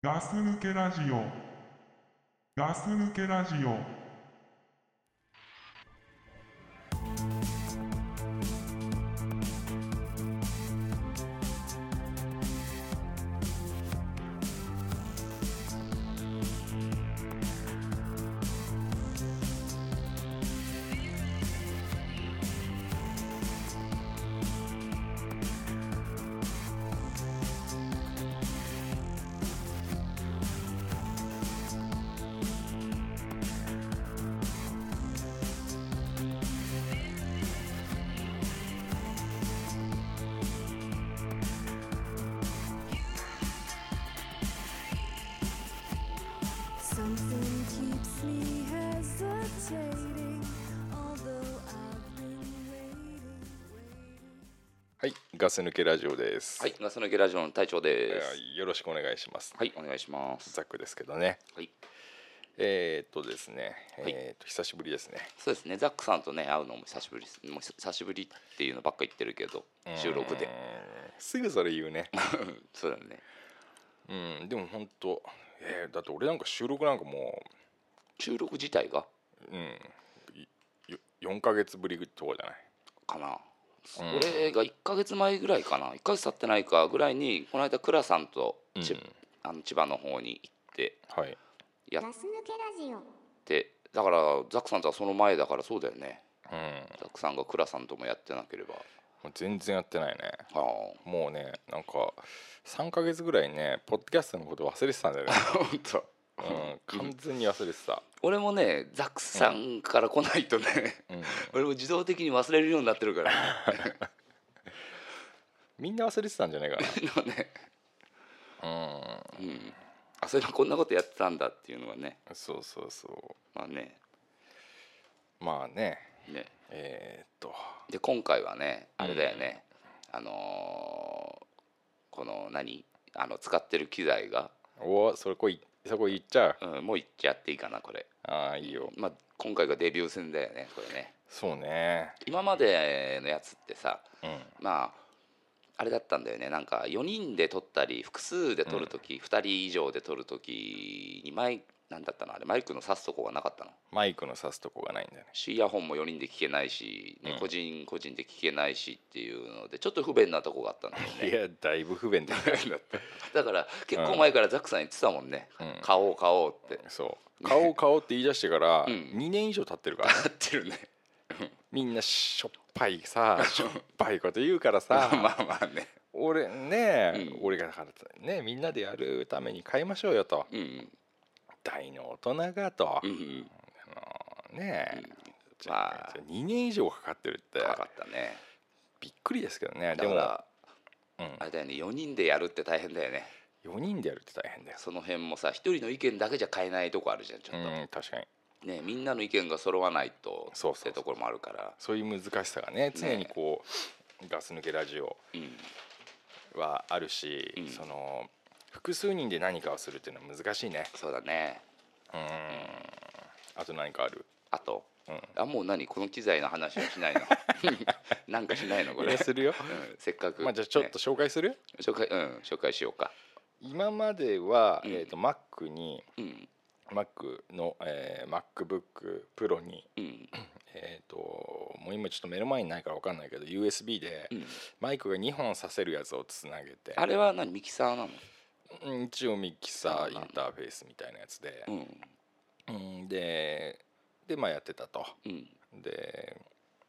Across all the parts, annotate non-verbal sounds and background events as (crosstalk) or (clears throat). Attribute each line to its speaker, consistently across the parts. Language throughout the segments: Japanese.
Speaker 1: ガス抜けラジオ。ガス抜けラジオ。
Speaker 2: Something keeps me hesitating, although I've been waiting.
Speaker 3: はい、ガス抜けラジオです。
Speaker 4: はい、ガス抜けラジオの隊長で
Speaker 3: え
Speaker 4: す。
Speaker 3: ーよろしくお願いします。
Speaker 4: はい、お願いします。
Speaker 3: ザックですけどね。
Speaker 4: はい、
Speaker 3: えー、っとですね、
Speaker 4: はい
Speaker 3: えーっと久しぶりですね。
Speaker 4: そうですね、ザックさんとね、会うのも久しぶりです。もう久しぶりっていうのばっか言ってるけど、収録
Speaker 3: う
Speaker 4: で
Speaker 3: ー。ん。すぐそれ言うね。
Speaker 4: そうだね。
Speaker 3: うん、でも本当、えーだって俺なんか収録なんかも
Speaker 4: 収録自体が
Speaker 3: う、うん、いよ四ヶ月ぶりとかじゃない。
Speaker 4: かな。
Speaker 3: うん
Speaker 4: 俺が1ヶ月前ぐらいかな1ヶ月経ってないかぐらいにこの間倉さんとち、
Speaker 3: うん
Speaker 4: あの千葉の方に行って
Speaker 3: はい。
Speaker 4: やってだからザックさんとはその前だからそうだよね
Speaker 3: うん。
Speaker 4: ザックさんが倉さんともやってなければ
Speaker 3: もう全然やってないね。
Speaker 4: あ
Speaker 3: もうね、なんか三ヶ月ぐらいね、ポッドキャストのこと忘れてたんだよ
Speaker 4: (laughs)
Speaker 3: ね。
Speaker 4: あ本当
Speaker 3: うん、完全に忘れてた。
Speaker 4: 俺もねザックさんから来ないとね、
Speaker 3: うん。
Speaker 4: 俺も自動的に忘れるようになってるから、ね、
Speaker 3: みんな忘れてたんじゃないか
Speaker 4: (laughs)
Speaker 3: な。
Speaker 4: 今ね
Speaker 3: うん。
Speaker 4: うんあそれこんなことやってたんだっていうのはね
Speaker 3: そうそうそ
Speaker 4: まあね
Speaker 3: うまあね
Speaker 4: ね
Speaker 3: えー、っと
Speaker 4: で今回はねあれだよね、あのーこの何あの使ってる機材が、
Speaker 3: おおそれこいそこ行っちゃう
Speaker 4: うん、もういっちゃっていいかなこれ
Speaker 3: ああいいよ
Speaker 4: まあ今回がデビュー戦だよねこれね
Speaker 3: そうね
Speaker 4: 今までのやつってさ
Speaker 3: うん
Speaker 4: まああれだったんだよねなんか4人で撮ったり複数で撮る時、き2人以上で撮る時にマイなんだったのあれマイクの挿すとこがなかったの
Speaker 3: マイクの挿すとこがないんだね
Speaker 4: しイヤホンも4人で聞けないし、ね
Speaker 3: うん
Speaker 4: 個人個人で聞けないしっていうのでちょっと不便なとこがあったんだよ
Speaker 3: い
Speaker 4: ね
Speaker 3: やだいぶ不便だね
Speaker 4: だから結構前からザックさん言ってたもんね、
Speaker 3: うん
Speaker 4: 買おう買おうって
Speaker 3: そう顔顔って言い出してから
Speaker 4: うん
Speaker 3: 2年以上経ってるからね
Speaker 4: なってる
Speaker 3: (laughs)
Speaker 4: ね
Speaker 3: みんなしょっぱいさしょっぱいこと言うから
Speaker 4: (laughs) まあま
Speaker 3: さ
Speaker 4: あまあね
Speaker 3: 俺ね
Speaker 4: うん
Speaker 3: 俺がだからねみんなでやるために買いましょうよと
Speaker 4: うん
Speaker 3: 大の大人がと
Speaker 4: うんうん
Speaker 3: あのねじ
Speaker 4: ま
Speaker 3: ゃ
Speaker 4: あ
Speaker 3: 2年以上かかってるって
Speaker 4: 高かったね
Speaker 3: びっくりですけどねで
Speaker 4: だか
Speaker 3: も
Speaker 4: ら
Speaker 3: うん
Speaker 4: あれだよね4人でやるって大変だよね
Speaker 3: 4人でやるって大変だよ
Speaker 4: その辺もさ一人の意見だけじゃ変えないとこあるじゃんちょっと、
Speaker 3: うん確かに
Speaker 4: ねみんなの意見が揃わないと
Speaker 3: そうそうそう
Speaker 4: ってところもあるから
Speaker 3: そういう難しさがね常にこう、ガス抜けラジオ
Speaker 4: うん
Speaker 3: はあるし、
Speaker 4: うん
Speaker 3: その複数人で何かをするっていうのは難しいね
Speaker 4: そうだね
Speaker 3: うんあと何かある
Speaker 4: あと
Speaker 3: うん
Speaker 4: あもう何この機材の話はしないの (laughs) なんかしないのこ
Speaker 3: こ
Speaker 4: れ、
Speaker 3: れするよ
Speaker 4: うんせっかく、
Speaker 3: (laughs) まあじゃあちょっ
Speaker 4: ね
Speaker 3: と紹介する、
Speaker 4: 紹介うん紹介しようか
Speaker 3: 今までは、
Speaker 4: うん
Speaker 3: えー、と Mac に
Speaker 4: うん
Speaker 3: Mac の、えー、MacBookPro に
Speaker 4: うん
Speaker 3: えっ、ともう今ちょっと目の前にないから分かんないけど USB で
Speaker 4: うん
Speaker 3: マイクが2本させるやつをつなげて、
Speaker 4: あれは何ミキサーなの
Speaker 3: うん一応ミキサ
Speaker 4: あ
Speaker 3: ーインターフェースみたいなやつで
Speaker 4: う、ん
Speaker 3: うん、ででまあやってたと
Speaker 4: うん
Speaker 3: で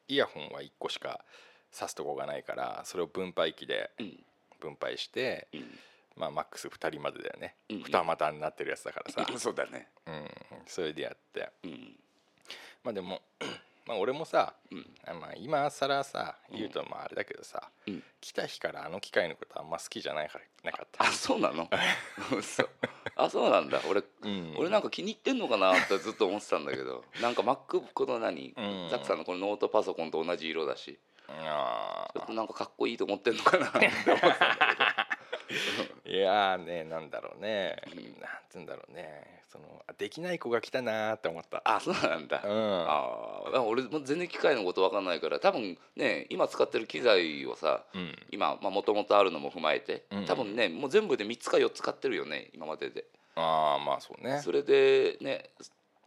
Speaker 3: イヤホンは1個しか挿すとこがないからそれを分配器で
Speaker 4: うん
Speaker 3: 分配して、
Speaker 4: うん
Speaker 3: まあマックス2人までだよね、
Speaker 4: うんうん、
Speaker 3: 二股になってるやつだからさ
Speaker 4: (laughs) そうだね
Speaker 3: うん、それでやって
Speaker 4: うん
Speaker 3: まあでもまあ俺もさ
Speaker 4: うん
Speaker 3: あまあ今更さ
Speaker 4: うん
Speaker 3: 言うとまああれだけどさ、
Speaker 4: うん
Speaker 3: 来た日からあの機械のことあんま好きじゃないからなかった
Speaker 4: あ、そうなの
Speaker 3: (laughs)
Speaker 4: 嘘あそうなんだ俺
Speaker 3: うん
Speaker 4: 俺なんか気に入ってんのかなってずっと思ってたんだけどなんか MacBook の何、
Speaker 3: うん
Speaker 4: ザックさんのこのノートパソコンと同じ色だし
Speaker 3: あ
Speaker 4: ちょ
Speaker 3: ー (laughs)
Speaker 4: っとなんかかっこいいと思ってんのかなって思ってたんだけど
Speaker 3: いやーねなんだろうね
Speaker 4: うん
Speaker 3: なんつうんだろうねそのあできない子が来たなーって思った
Speaker 4: あそうなんだ、
Speaker 3: うん
Speaker 4: ああ俺も全然機械のこと分かんないから多分ね今使ってる機材をさ
Speaker 3: うん
Speaker 4: 今もともとあるのも踏まえて
Speaker 3: うん
Speaker 4: 多分ねもう全部で3つか4つ買ってるよね今までで
Speaker 3: ああまあそうね
Speaker 4: それでね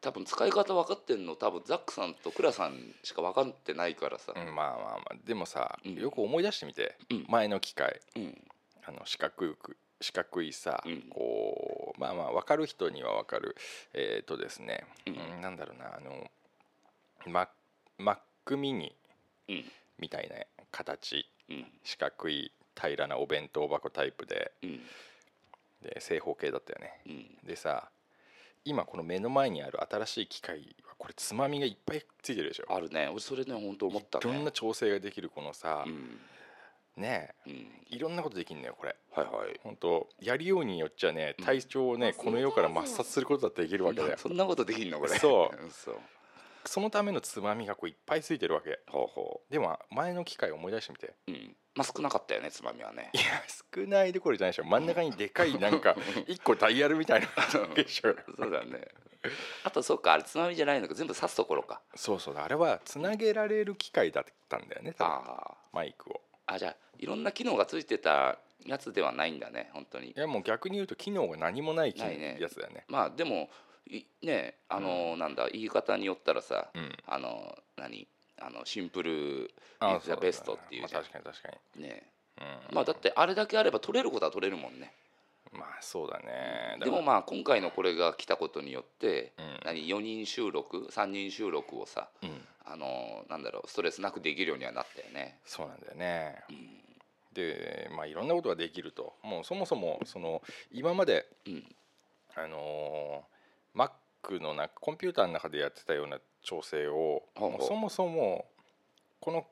Speaker 4: 多分使い方分かってんの多分ザックさんとクラさんしか分かってないからさ、
Speaker 3: うんまあまあまあでもさ
Speaker 4: うん
Speaker 3: よく思い出してみて
Speaker 4: うん
Speaker 3: 前の機会
Speaker 4: うん
Speaker 3: あの四角いく四角いさ、
Speaker 4: うん
Speaker 3: こうまあまあ分かる人には分かるえっ、とですね、
Speaker 4: うん
Speaker 3: うんなんだろうなあのママックミニ
Speaker 4: うん
Speaker 3: みたいな形
Speaker 4: うん
Speaker 3: 四角い平らなお弁当箱タイプで
Speaker 4: うん
Speaker 3: で正方形だったよね
Speaker 4: うん
Speaker 3: でさ今この目の前にある新しい機械はこれつまみがいっぱいついてるでしょ
Speaker 4: あるね俺それね本当思ったね
Speaker 3: いろんな調整ができるこのさ、
Speaker 4: うん
Speaker 3: ね
Speaker 4: うん
Speaker 3: えいろんなことできるんだよこれ
Speaker 4: はいはい
Speaker 3: 本当やりようによっちゃね
Speaker 4: うん
Speaker 3: 体調をね、
Speaker 2: あ
Speaker 3: この世から抹殺することだってできるわけだよ
Speaker 4: そんなことできんのこれ
Speaker 3: そ
Speaker 4: んそう
Speaker 3: そのためのつまみがこういっぱいついてるわけ
Speaker 4: ほうほ
Speaker 3: でも前の機会を思い出してみて
Speaker 4: ううんまあ少なかったよねつまみはね
Speaker 3: いや少ないどころじゃないでしょ真ん中にでかいなんか一個ダイヤルみたいなのでしょ
Speaker 4: (laughs) そうだねあとそうかあれつまみじゃないのか全部刺すところか
Speaker 3: そうそうあれはつなげられる機械だったんだよね多分
Speaker 4: あ
Speaker 3: マイクを
Speaker 4: ああじゃあいろんな機能がついてたやつではないんだね本当に
Speaker 3: いやもう逆に言うと機能が何もない機
Speaker 4: ないね
Speaker 3: やつだよね
Speaker 4: まあでもいねあの、なんだ言い方によったらさ、
Speaker 3: うん
Speaker 4: あの何あのシンプル
Speaker 3: あ
Speaker 4: It's the
Speaker 3: そうだね
Speaker 4: best っていうじ
Speaker 3: ま
Speaker 4: ゃ
Speaker 3: あ
Speaker 4: ん
Speaker 3: 確かに確かに
Speaker 4: ね
Speaker 3: うん
Speaker 4: まあだってあれだけあれば取れることは取れるもんね、
Speaker 3: まあそうだね
Speaker 4: でも
Speaker 3: あ
Speaker 4: まあ今回のこれが来たことによって、
Speaker 3: うん
Speaker 4: 何4人収録3人収録をさ
Speaker 3: うん
Speaker 4: あのなんだろうストレスなくできるようにはなったよね
Speaker 3: そうなんだよねでまあいろんなことができるともうそもそもその今まで
Speaker 4: うん
Speaker 3: あのー Mac の中コンピューターの中でやってたような調整を
Speaker 4: ほうほう
Speaker 3: もうそもそもこの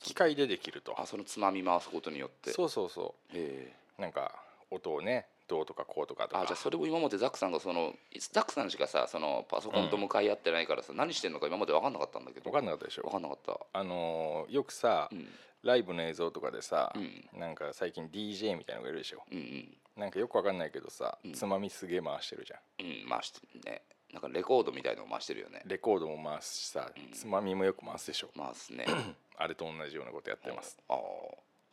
Speaker 3: 機械でできると
Speaker 4: あそのつまみ回すことによって
Speaker 3: そうそうそ
Speaker 4: ええ
Speaker 3: うなんか音をねどうとかこうとかとか
Speaker 4: あじゃあそれを今までザックさんがそのザックさんしかさそのパソコンと向かい合ってないからさ、何してんのか今まで分かんなかったんだけど
Speaker 3: 分かんなかったでし
Speaker 4: 分
Speaker 3: ょ
Speaker 4: かんなかった
Speaker 3: あのーよくさ、
Speaker 4: うん
Speaker 3: ライブの映像とかでさ、
Speaker 4: うん
Speaker 3: なんか最近 DJ みたいのがいるでしょ
Speaker 4: うんうん
Speaker 3: なんかよくわかんないけどさ、
Speaker 4: うん
Speaker 3: つまみすげえ回してるじゃん
Speaker 4: うん回してるねなんかレコードみたいのを回してるよね
Speaker 3: レコードも回すしさ、
Speaker 4: うん
Speaker 3: つまみもよく回すでしょ
Speaker 4: 回
Speaker 3: (clears throat)
Speaker 4: すね
Speaker 3: あれと同じようなことやってます
Speaker 4: あ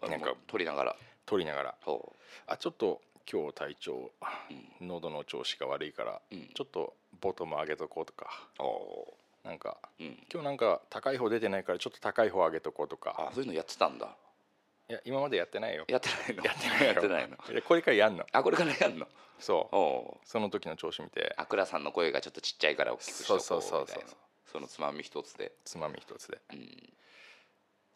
Speaker 4: あ
Speaker 3: なんか
Speaker 4: 取りながら
Speaker 3: 撮りながら
Speaker 4: ほ
Speaker 3: あちょっと今日体調
Speaker 4: う、
Speaker 3: 喉の調子が悪いから
Speaker 4: うんうん
Speaker 3: ちょっとボトム上げとこうとか
Speaker 4: ああ
Speaker 3: なんか
Speaker 4: うん
Speaker 3: 今日なんか高い方出てないからちょっと高い方上げとこうと
Speaker 4: あ
Speaker 3: か
Speaker 4: そういうのやってたんだ
Speaker 3: いや今までやってないよ
Speaker 4: やってないのやって
Speaker 3: ないよ
Speaker 4: やってないの
Speaker 3: いやこれからやんの
Speaker 4: あこれからやんの
Speaker 3: そう
Speaker 4: おう
Speaker 3: その時の調子見て
Speaker 4: あくらさんの声がちょっとちっちゃいから大きくしとこうみたい
Speaker 3: そう
Speaker 4: な
Speaker 3: そうそうそう
Speaker 4: そのつまみ一つで
Speaker 3: つまみ一つで
Speaker 4: うん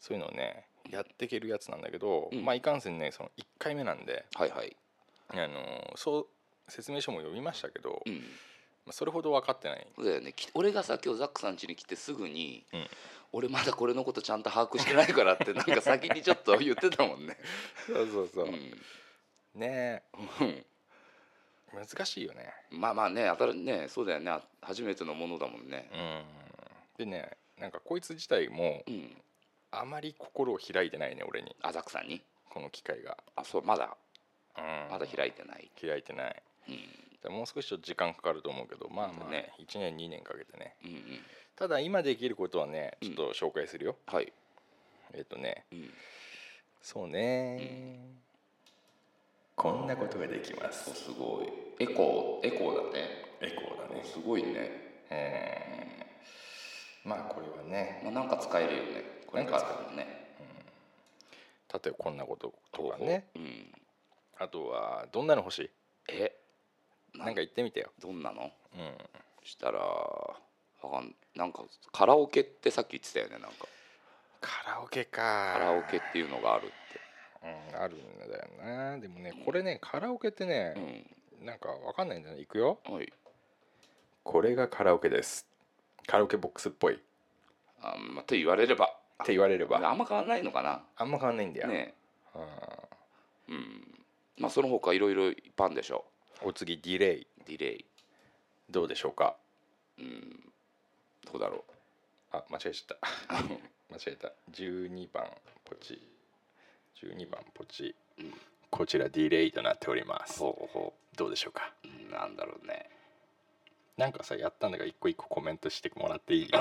Speaker 3: そういうのをねやっていけるやつなんだけど、
Speaker 4: うん
Speaker 3: まあいかんせんねその1回目なんで、
Speaker 4: はいはい
Speaker 3: あのーそう説明書も読みましたけど、
Speaker 4: うん
Speaker 3: まあそれほど分かってない
Speaker 4: そうだよねき俺がさ今日ザックさん家に来てすぐに、
Speaker 3: うん
Speaker 4: 俺まだこれのことちゃんと把握してないか
Speaker 3: (laughs)
Speaker 4: らってなんか先にちょっと言ってたもんね
Speaker 3: そうそうそうう、ねえ
Speaker 4: ん
Speaker 3: 難しいよね
Speaker 4: まあまあね当たるねそうだよねあ初めてのものだもんね
Speaker 3: うんでねなんかこいつ自体も
Speaker 4: うん、
Speaker 3: あまり心を開いてないね俺に
Speaker 4: あザックさんに
Speaker 3: この機会が、
Speaker 4: あそうまだ
Speaker 3: うん
Speaker 4: まだ開いてない、
Speaker 3: 開いてない
Speaker 4: うん
Speaker 3: でもう少しちょっと時間かかると思うけどまあまあ、ね
Speaker 4: ね、
Speaker 3: 1年2年かけてね
Speaker 4: うんうん、
Speaker 3: ただ今できることはねちょっと紹介するよ、
Speaker 4: はい、
Speaker 3: えっ、とね
Speaker 4: うん、
Speaker 3: そうね、こんなことができます
Speaker 4: すごいエコーエコーだね
Speaker 3: エコーだね
Speaker 4: すごいね、
Speaker 3: えーまあこれはね
Speaker 4: まあ、なんか使えるよねこれからもね
Speaker 3: 例えばこんなこととか
Speaker 4: ほうほう
Speaker 3: ね
Speaker 4: うん
Speaker 3: あとはどんなの欲しい
Speaker 4: え
Speaker 3: なんか言ってみてよ、
Speaker 4: どんなの
Speaker 3: うん、
Speaker 4: したらわかんなんかカラオケってさっき言ってたよねなんか
Speaker 3: カラオケか
Speaker 4: カラオケっていうのがあるっ
Speaker 3: うん、あるんだよなでもねこれねカラオケってね
Speaker 4: て、う
Speaker 3: なんかわかんないんだよねいくよ
Speaker 4: んはい
Speaker 3: これがカラオケですカラオケボックスっぽいっ
Speaker 4: あまあ、と言われれば
Speaker 3: て言われれ
Speaker 4: あ
Speaker 3: ば
Speaker 4: んま変わらないのかな
Speaker 3: あんま変わんないんだよ、
Speaker 4: ね
Speaker 3: うん、
Speaker 4: うんまあその他いろいろ一般でしょ
Speaker 3: お次ディレイ
Speaker 4: ディレイ
Speaker 3: どうでしょうか
Speaker 4: うんどうだろ
Speaker 3: あ (laughs) 間違えちゃった
Speaker 4: う
Speaker 3: 間違えた12番ポチ12番ポチ、
Speaker 4: うん
Speaker 3: こちらディレイとなっております
Speaker 4: ほうほ
Speaker 3: どうでしょうか
Speaker 4: ううんなんだろうね
Speaker 3: なんかさやったんだから一個一個コメントしてもらっていい
Speaker 4: ど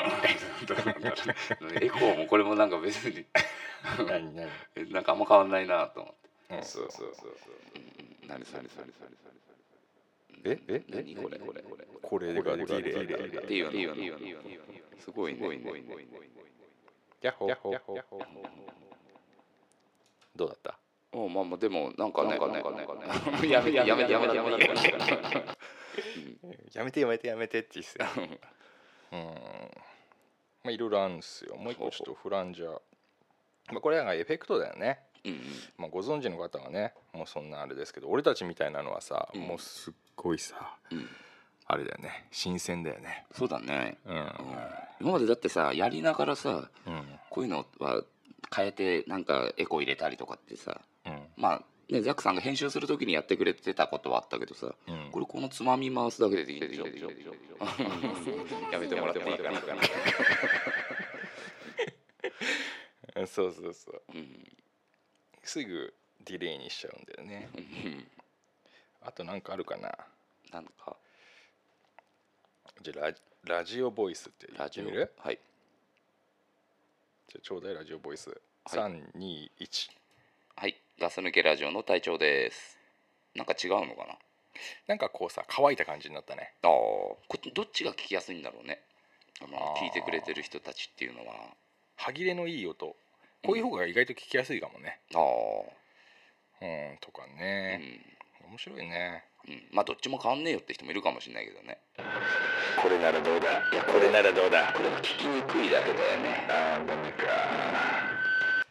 Speaker 4: うなんだろうエコーもこれもなんか別に
Speaker 3: 何何
Speaker 4: えなんかあんま変わんないなと思って
Speaker 3: うん
Speaker 5: そうそうそう
Speaker 4: うん何それそれそれ
Speaker 5: えええ
Speaker 4: 何これこれこれ
Speaker 3: これがディレイだ
Speaker 5: ディレイ
Speaker 4: っていうのっていうのすごいね
Speaker 3: ヤッホーどうだった
Speaker 4: おまあまあでもなんかねなんかねなんかね (laughs) やめやめやめやめやめやめ
Speaker 3: やめてやめてやめてって言ってたよ (laughs) うんまあいろいろあるんですよもう一個ちょっとフランジャー、まあ、これはエフェクトだよね、
Speaker 4: うんうん
Speaker 3: まあ、ご存知の方はねもうそんなあれですけど俺たちみたいなのはさ、
Speaker 4: うん
Speaker 3: もうすっごいさ
Speaker 4: うん
Speaker 3: あれだよね新鮮だよね
Speaker 4: そうだね
Speaker 3: うん
Speaker 4: うん今までだってさやりながらさ
Speaker 3: うん
Speaker 4: こういうのは変えてなんかエコー入れたりとかってさ
Speaker 3: うん
Speaker 4: まあねザックさんが編集するときにやってくれてたことはあったけどさ
Speaker 3: うん
Speaker 4: これこのつまみ回すだけでできるでしょやめてもらっていいかな
Speaker 3: うんそうそうそう
Speaker 4: うん
Speaker 3: すぐディレイにしちゃうんだよね
Speaker 4: うん
Speaker 3: あとなんかあるかな
Speaker 4: なんか
Speaker 3: じゃあララジオボイスって言
Speaker 4: ラ
Speaker 3: っ
Speaker 4: ジ
Speaker 3: て
Speaker 4: オ
Speaker 3: みる
Speaker 4: はい
Speaker 3: じゃあちょうだいラジオボイス、
Speaker 4: い
Speaker 3: 321
Speaker 4: はいガス抜けラジオの隊長ですなんか違うのかな
Speaker 3: なんかこうさ乾いた感じになったね
Speaker 4: ああこどっちが聞きやすいんだろうねあの
Speaker 3: あー
Speaker 4: 聞いてくれてる人たちっていうのは
Speaker 3: 歯切れのいい音こういう方が意外と聞きやすいかもね
Speaker 4: ああ
Speaker 3: うんとか
Speaker 4: ーう
Speaker 3: ね、
Speaker 4: ん、
Speaker 3: 面白いね
Speaker 4: うん、まあどっちも変わんねえよって人もいるかもしれないけどね
Speaker 5: これならどうだいやこれならどうだこれ聞きにくいだけだよねああダメか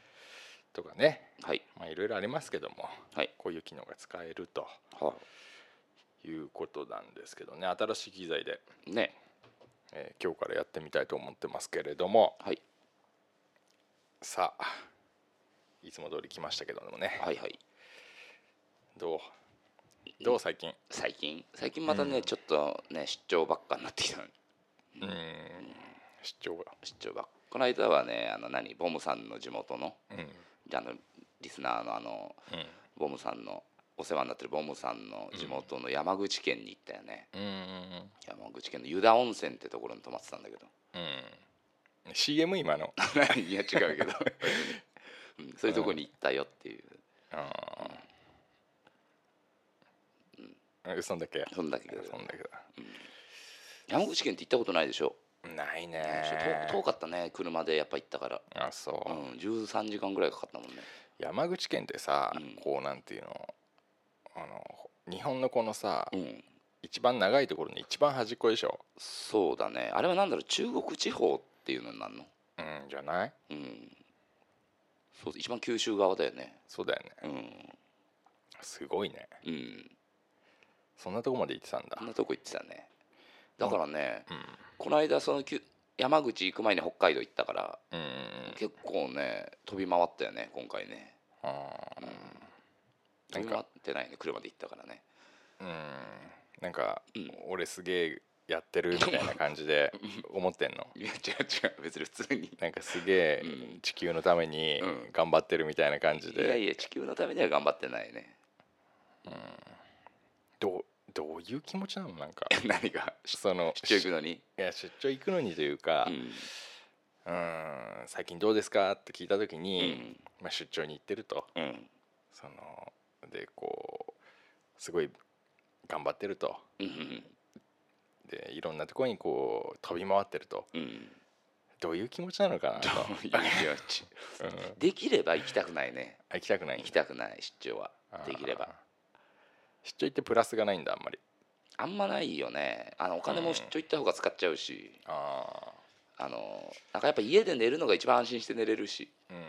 Speaker 3: とかね
Speaker 4: はい
Speaker 3: まあいろいろありますけども、
Speaker 4: はい
Speaker 3: こういう機能が使えると
Speaker 4: は
Speaker 3: いうことなんですけどね新しい機材で、
Speaker 4: ね
Speaker 3: えー今日からやってみたいと思ってますけれども
Speaker 4: はい
Speaker 3: さあいつも通り来ましたけどもね、
Speaker 4: はいはい
Speaker 3: どうどう最近
Speaker 4: 最近最近またね、ちょっとね出張ばっかになってきた
Speaker 3: うん出張が
Speaker 4: 出張ばっかこの間はねあの何ボムさんの地元の
Speaker 3: うんうん
Speaker 4: あのリスナーのあのボムさんのお世話になってるボムさんの地元の山口県に行ったよね、
Speaker 3: うんうん
Speaker 4: 山口県の湯田温泉ってところに泊まってたんだけど
Speaker 3: うん CM 今の
Speaker 4: (laughs) いや違うけ
Speaker 3: (laughs)
Speaker 4: ど、うん、そういうとこに行ったよっていう、
Speaker 3: あーうんそんだけ
Speaker 4: そんだけど
Speaker 3: そんだけ
Speaker 4: 山口県って行ったことないでしょ、
Speaker 3: だない
Speaker 4: 遠遠かったね車でやっぱ行ったから、
Speaker 3: あそう
Speaker 4: う、ん、13時間ぐらいかかったもんね
Speaker 3: 山口県ってさ、
Speaker 4: うん
Speaker 3: こうなんていうのあの日本のこのさ、
Speaker 4: うん
Speaker 3: 一番長いところに一番端っこでしょ
Speaker 4: そうだねあれはなんだろう中国地方っていうのになるの
Speaker 3: うんじゃない
Speaker 4: うんそう一番九州側だよね
Speaker 3: そうだよね
Speaker 4: うん
Speaker 3: すごいね
Speaker 4: うん
Speaker 3: そんなとこまで行ってたんだ
Speaker 4: あんなとこ行ってたねだからね、
Speaker 3: うん
Speaker 4: この間そのきゅ山口行く前に北海道行ったから
Speaker 3: うん
Speaker 4: 結構ね飛び回ったよね今回ね、
Speaker 3: あ
Speaker 4: うん、
Speaker 3: な
Speaker 4: 飛
Speaker 3: んか
Speaker 4: び回ってないね車で行ったからね
Speaker 3: ーうんなんか、
Speaker 4: うん
Speaker 3: 俺すげえやってるみたいな感じで思ってんの
Speaker 4: いや違う違う別に普通に
Speaker 3: なんかすげえ
Speaker 4: うん
Speaker 3: 地球のために
Speaker 4: うん
Speaker 3: 頑張ってるみたいな感じ
Speaker 4: いや
Speaker 3: で、
Speaker 4: いや地球のためには頑張ってないね
Speaker 3: どうどういう気持ちなのなん
Speaker 4: (laughs)
Speaker 3: か
Speaker 4: (laughs) 何が
Speaker 3: その
Speaker 4: 出張行くのに、
Speaker 3: いや出張行くのにというか、
Speaker 4: うん
Speaker 3: うーん最近どうですかって聞いた時に、まあ、出張に行ってると
Speaker 4: うん
Speaker 3: そのでこうすごい頑張ってると
Speaker 4: うんうん
Speaker 3: でいろんなところにこう飛び回ってると
Speaker 4: うん
Speaker 3: どういう気持ちなのかなと、
Speaker 4: (laughs) いやいやち
Speaker 3: うん、
Speaker 4: できれば行きたくないね
Speaker 3: あ行きたくない
Speaker 4: 行きたくない出張は
Speaker 3: あー
Speaker 4: できれば
Speaker 3: 出張行ってプラスがないんだあんまり
Speaker 4: あんまないよねあのお金も出張行った方が使っちゃうし、
Speaker 3: あ
Speaker 4: あのなんかやっぱ家で寝るのが一番安心して寝れるし、
Speaker 3: ー
Speaker 4: うん
Speaker 3: う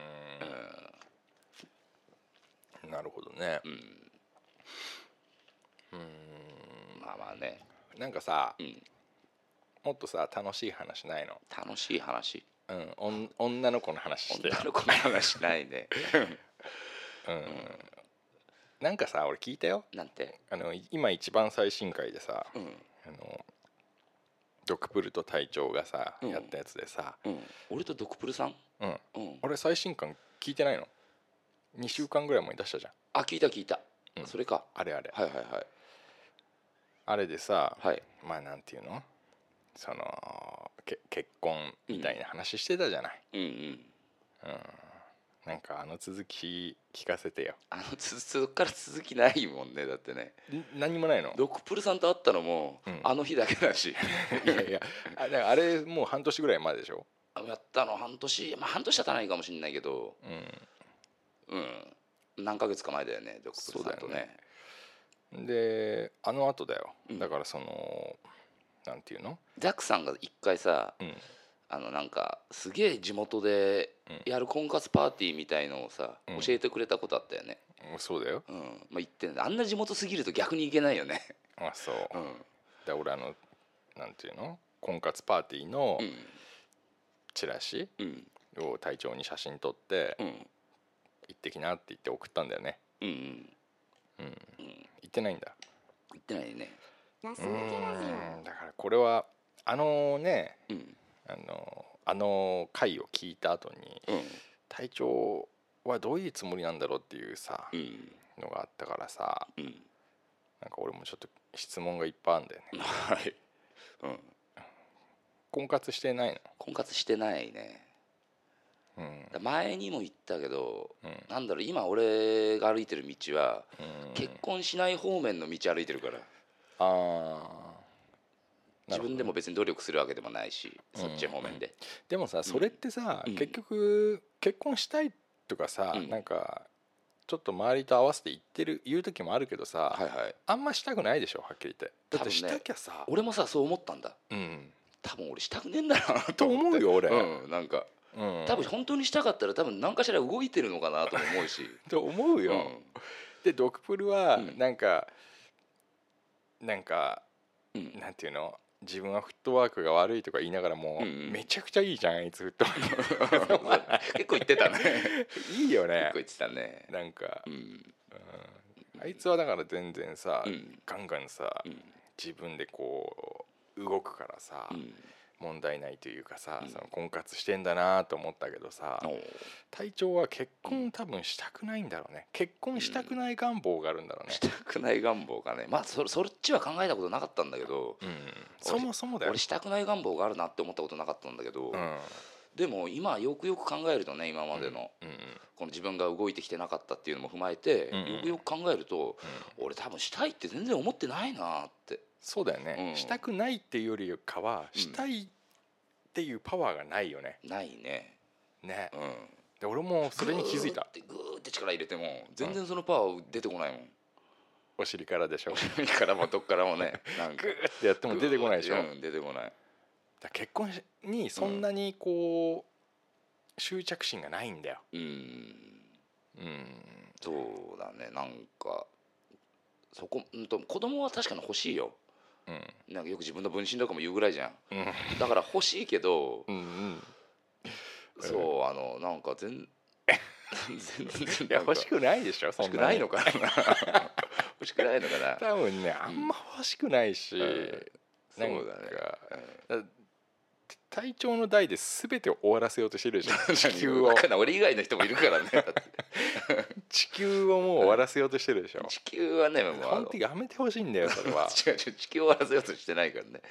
Speaker 3: ーんなるほどね
Speaker 4: うん
Speaker 3: うー
Speaker 4: まあまあね、
Speaker 3: んなんかさ
Speaker 4: うん、
Speaker 3: もっとさ楽しい話ないの、
Speaker 4: 楽しい話
Speaker 3: うん、おん女の子の話してよ
Speaker 4: 女の子の話ないね
Speaker 3: うんなんかさ俺聞いたよ
Speaker 4: なんて、
Speaker 3: あのい今一番最新回でさ
Speaker 4: うん
Speaker 3: あのドクプルと隊長がさ、
Speaker 4: うん
Speaker 3: やったやつでさ、
Speaker 4: うん、俺とドクプルさん、
Speaker 3: うん、
Speaker 4: うん、
Speaker 3: あれ最新刊聞いてないの2週間ぐらい前に出したじゃん
Speaker 4: あ聞いた聞いた、
Speaker 3: うん
Speaker 4: それか
Speaker 3: あれあれ
Speaker 4: はいはいはい
Speaker 3: あれでさ、
Speaker 4: はい
Speaker 3: まあなんていうのそのけ結婚みたいな話してたじゃない、
Speaker 4: うんうん
Speaker 3: うんなんかあの続き聞かせてよ
Speaker 4: あのつそっから続きないもんねだってね
Speaker 3: ん何もないの
Speaker 4: ドクプルさんと会ったのも、
Speaker 3: うん
Speaker 4: あの日だけだし
Speaker 3: (laughs) いやいやあだからあれもう半年ぐらい前でしょ、
Speaker 4: やったの半年まあ半年は経たないかもしれないけど
Speaker 3: う
Speaker 4: うん何ヶ月か前だよねドクプルさん
Speaker 3: そ
Speaker 4: と
Speaker 3: うだよ
Speaker 4: ね
Speaker 3: ねん、であの後だよ
Speaker 4: うん
Speaker 3: だからその、なんていうの、
Speaker 4: ザックさんが一回さ
Speaker 3: うん、
Speaker 4: あのなんかすげえ地元でやる婚活パーティーみたいのをさ、
Speaker 3: うん
Speaker 4: 教えてくれたことあったよね
Speaker 3: うんそうだよ
Speaker 4: うんまあ言ってんだあんな地元すぎると逆に行けないよね
Speaker 3: あそう
Speaker 4: うん
Speaker 3: で俺あのなんていうの婚活パーティーの
Speaker 4: うん
Speaker 3: チラシ
Speaker 4: うん
Speaker 3: を隊長に写真撮って
Speaker 4: うん
Speaker 3: 行ってきなって言って送ったんだよね
Speaker 4: うん
Speaker 3: う
Speaker 4: うん
Speaker 3: ん行
Speaker 4: うん
Speaker 3: ってないんだ
Speaker 4: 行ってないね
Speaker 2: ガス
Speaker 3: う
Speaker 2: 抜けラジ
Speaker 3: んだからこれはあのね
Speaker 4: うん
Speaker 3: あのあの回を聞いた後に
Speaker 4: うん
Speaker 3: 隊長はどういうつもりなんだろうっていうさ
Speaker 4: うん
Speaker 3: のがあったからさ
Speaker 4: うん
Speaker 3: なんか俺もちょっと質問がいっぱいあるんだよね
Speaker 4: はい、うん、
Speaker 3: 婚活してない
Speaker 4: 婚活してないね
Speaker 3: のうん
Speaker 4: だ前にも言ったけど
Speaker 3: うん
Speaker 4: なんだろう今俺が歩いてる道は
Speaker 3: うん
Speaker 4: 結婚しない方面の道歩いてるから、
Speaker 3: あーなるほ
Speaker 4: 自
Speaker 3: どね
Speaker 4: 分でも別に努力するわけでもないしそっち方面で、
Speaker 3: でもさそれってさ、
Speaker 4: うん
Speaker 3: 結局結婚したいとかさ、
Speaker 4: うん
Speaker 3: なんかちょっと周りと合わせて言ってる言う時もあるけどさ、
Speaker 4: はいはい
Speaker 3: あんましたくないでしょはっきり言ってだってし
Speaker 4: 多分ね
Speaker 3: たきゃさ、
Speaker 4: 俺もさそう思ったんだ
Speaker 3: うん
Speaker 4: 多分俺したくねえんだな
Speaker 3: と
Speaker 4: と
Speaker 3: 思
Speaker 4: 思っ
Speaker 3: う
Speaker 4: て
Speaker 3: よ俺、
Speaker 4: うんなんか
Speaker 3: うん
Speaker 4: 多分本当にしたかったら多分何かしら動いてるのかなとも思うし
Speaker 3: と思う
Speaker 4: う
Speaker 3: よ、
Speaker 4: ん
Speaker 3: でドクプルは
Speaker 4: うん
Speaker 3: なんか、なんか
Speaker 4: うん
Speaker 3: なんていうの自分はフットワークが悪いとか言いながらもう、
Speaker 4: うんうん
Speaker 3: めちゃくちゃいいじゃんあいつフットワーク
Speaker 4: (laughs) 結構言って
Speaker 3: (laughs)
Speaker 4: たね
Speaker 3: いいよ
Speaker 4: 結構
Speaker 3: ね
Speaker 4: 言ってたね
Speaker 3: なんか
Speaker 4: う、ん
Speaker 3: うんあいつはだから全然さ、
Speaker 4: うん
Speaker 3: ガンガンさ、
Speaker 4: うん
Speaker 3: 自分でこう動くからさ、
Speaker 4: うん
Speaker 3: 問題ないというかさ、
Speaker 4: うん
Speaker 3: その婚活してんだなと思ったけどさ、
Speaker 4: おう
Speaker 3: 体調は結婚多分したくないんだろうね結婚したくない願望があるんだろうね
Speaker 4: し、たくない願望がねまあそそっちは考えたことなかったんだけど
Speaker 3: うんそもそもだよ
Speaker 4: 俺したくない願望があるなって思ったことなかったんだけど、
Speaker 3: うん
Speaker 4: でも今よくよく考えるとね今までの、
Speaker 3: うん
Speaker 4: この自分が動いてきてなかったっていうのも踏まえて、
Speaker 3: うんうん
Speaker 4: よくよく考えると俺多分したいって全然思ってないなって
Speaker 3: そうだよね、
Speaker 4: うん
Speaker 3: したくないっていうよりかは
Speaker 4: うん
Speaker 3: したいっていうパワーがないよね
Speaker 4: ないね
Speaker 3: ね
Speaker 4: うん
Speaker 3: で俺もそれに気づいた
Speaker 4: グーってグーって力入れても全然そのパワー出て
Speaker 3: (laughs)
Speaker 4: こないもん、
Speaker 3: お尻からでしょ
Speaker 4: 何からもどっからもねなんか
Speaker 3: グーってやっても出てこないでしょ、
Speaker 4: うん出てこない
Speaker 3: だから結婚しにそんなにこう執着心がないんだよ
Speaker 4: うん
Speaker 3: うん
Speaker 4: そうだねなんかそこうんと子供は確かに欲しいよ
Speaker 3: うん
Speaker 4: なんかよく自分の分身とかも言うぐらいじゃん
Speaker 3: うん
Speaker 4: だから欲しいけど
Speaker 3: うんうん
Speaker 4: そうあのなんか全全然
Speaker 3: いや欲し
Speaker 4: な
Speaker 3: くないでしょ
Speaker 4: んか
Speaker 3: そ
Speaker 4: 欲し
Speaker 3: ん
Speaker 4: く
Speaker 3: な
Speaker 4: な
Speaker 3: に
Speaker 4: いのかな欲しくない
Speaker 3: (laughs)
Speaker 4: のかな
Speaker 3: 多分ねあんま欲しくないし、
Speaker 4: うん
Speaker 3: なん
Speaker 4: そう
Speaker 3: か
Speaker 4: だ
Speaker 3: だ
Speaker 4: ね
Speaker 3: 体調の代で全てを終わらせようとしてるじゃん地球を
Speaker 4: わかんない俺以外の人もいるか
Speaker 3: (laughs)
Speaker 4: らねだって
Speaker 3: 地球をもう終わらせようとしてるでしょ
Speaker 4: 地球はねもうあ
Speaker 3: 本
Speaker 4: の
Speaker 3: 当やめてほしいんだ
Speaker 4: (laughs)
Speaker 3: よそれは
Speaker 4: 違う違う地球を終わらせようとしてないからね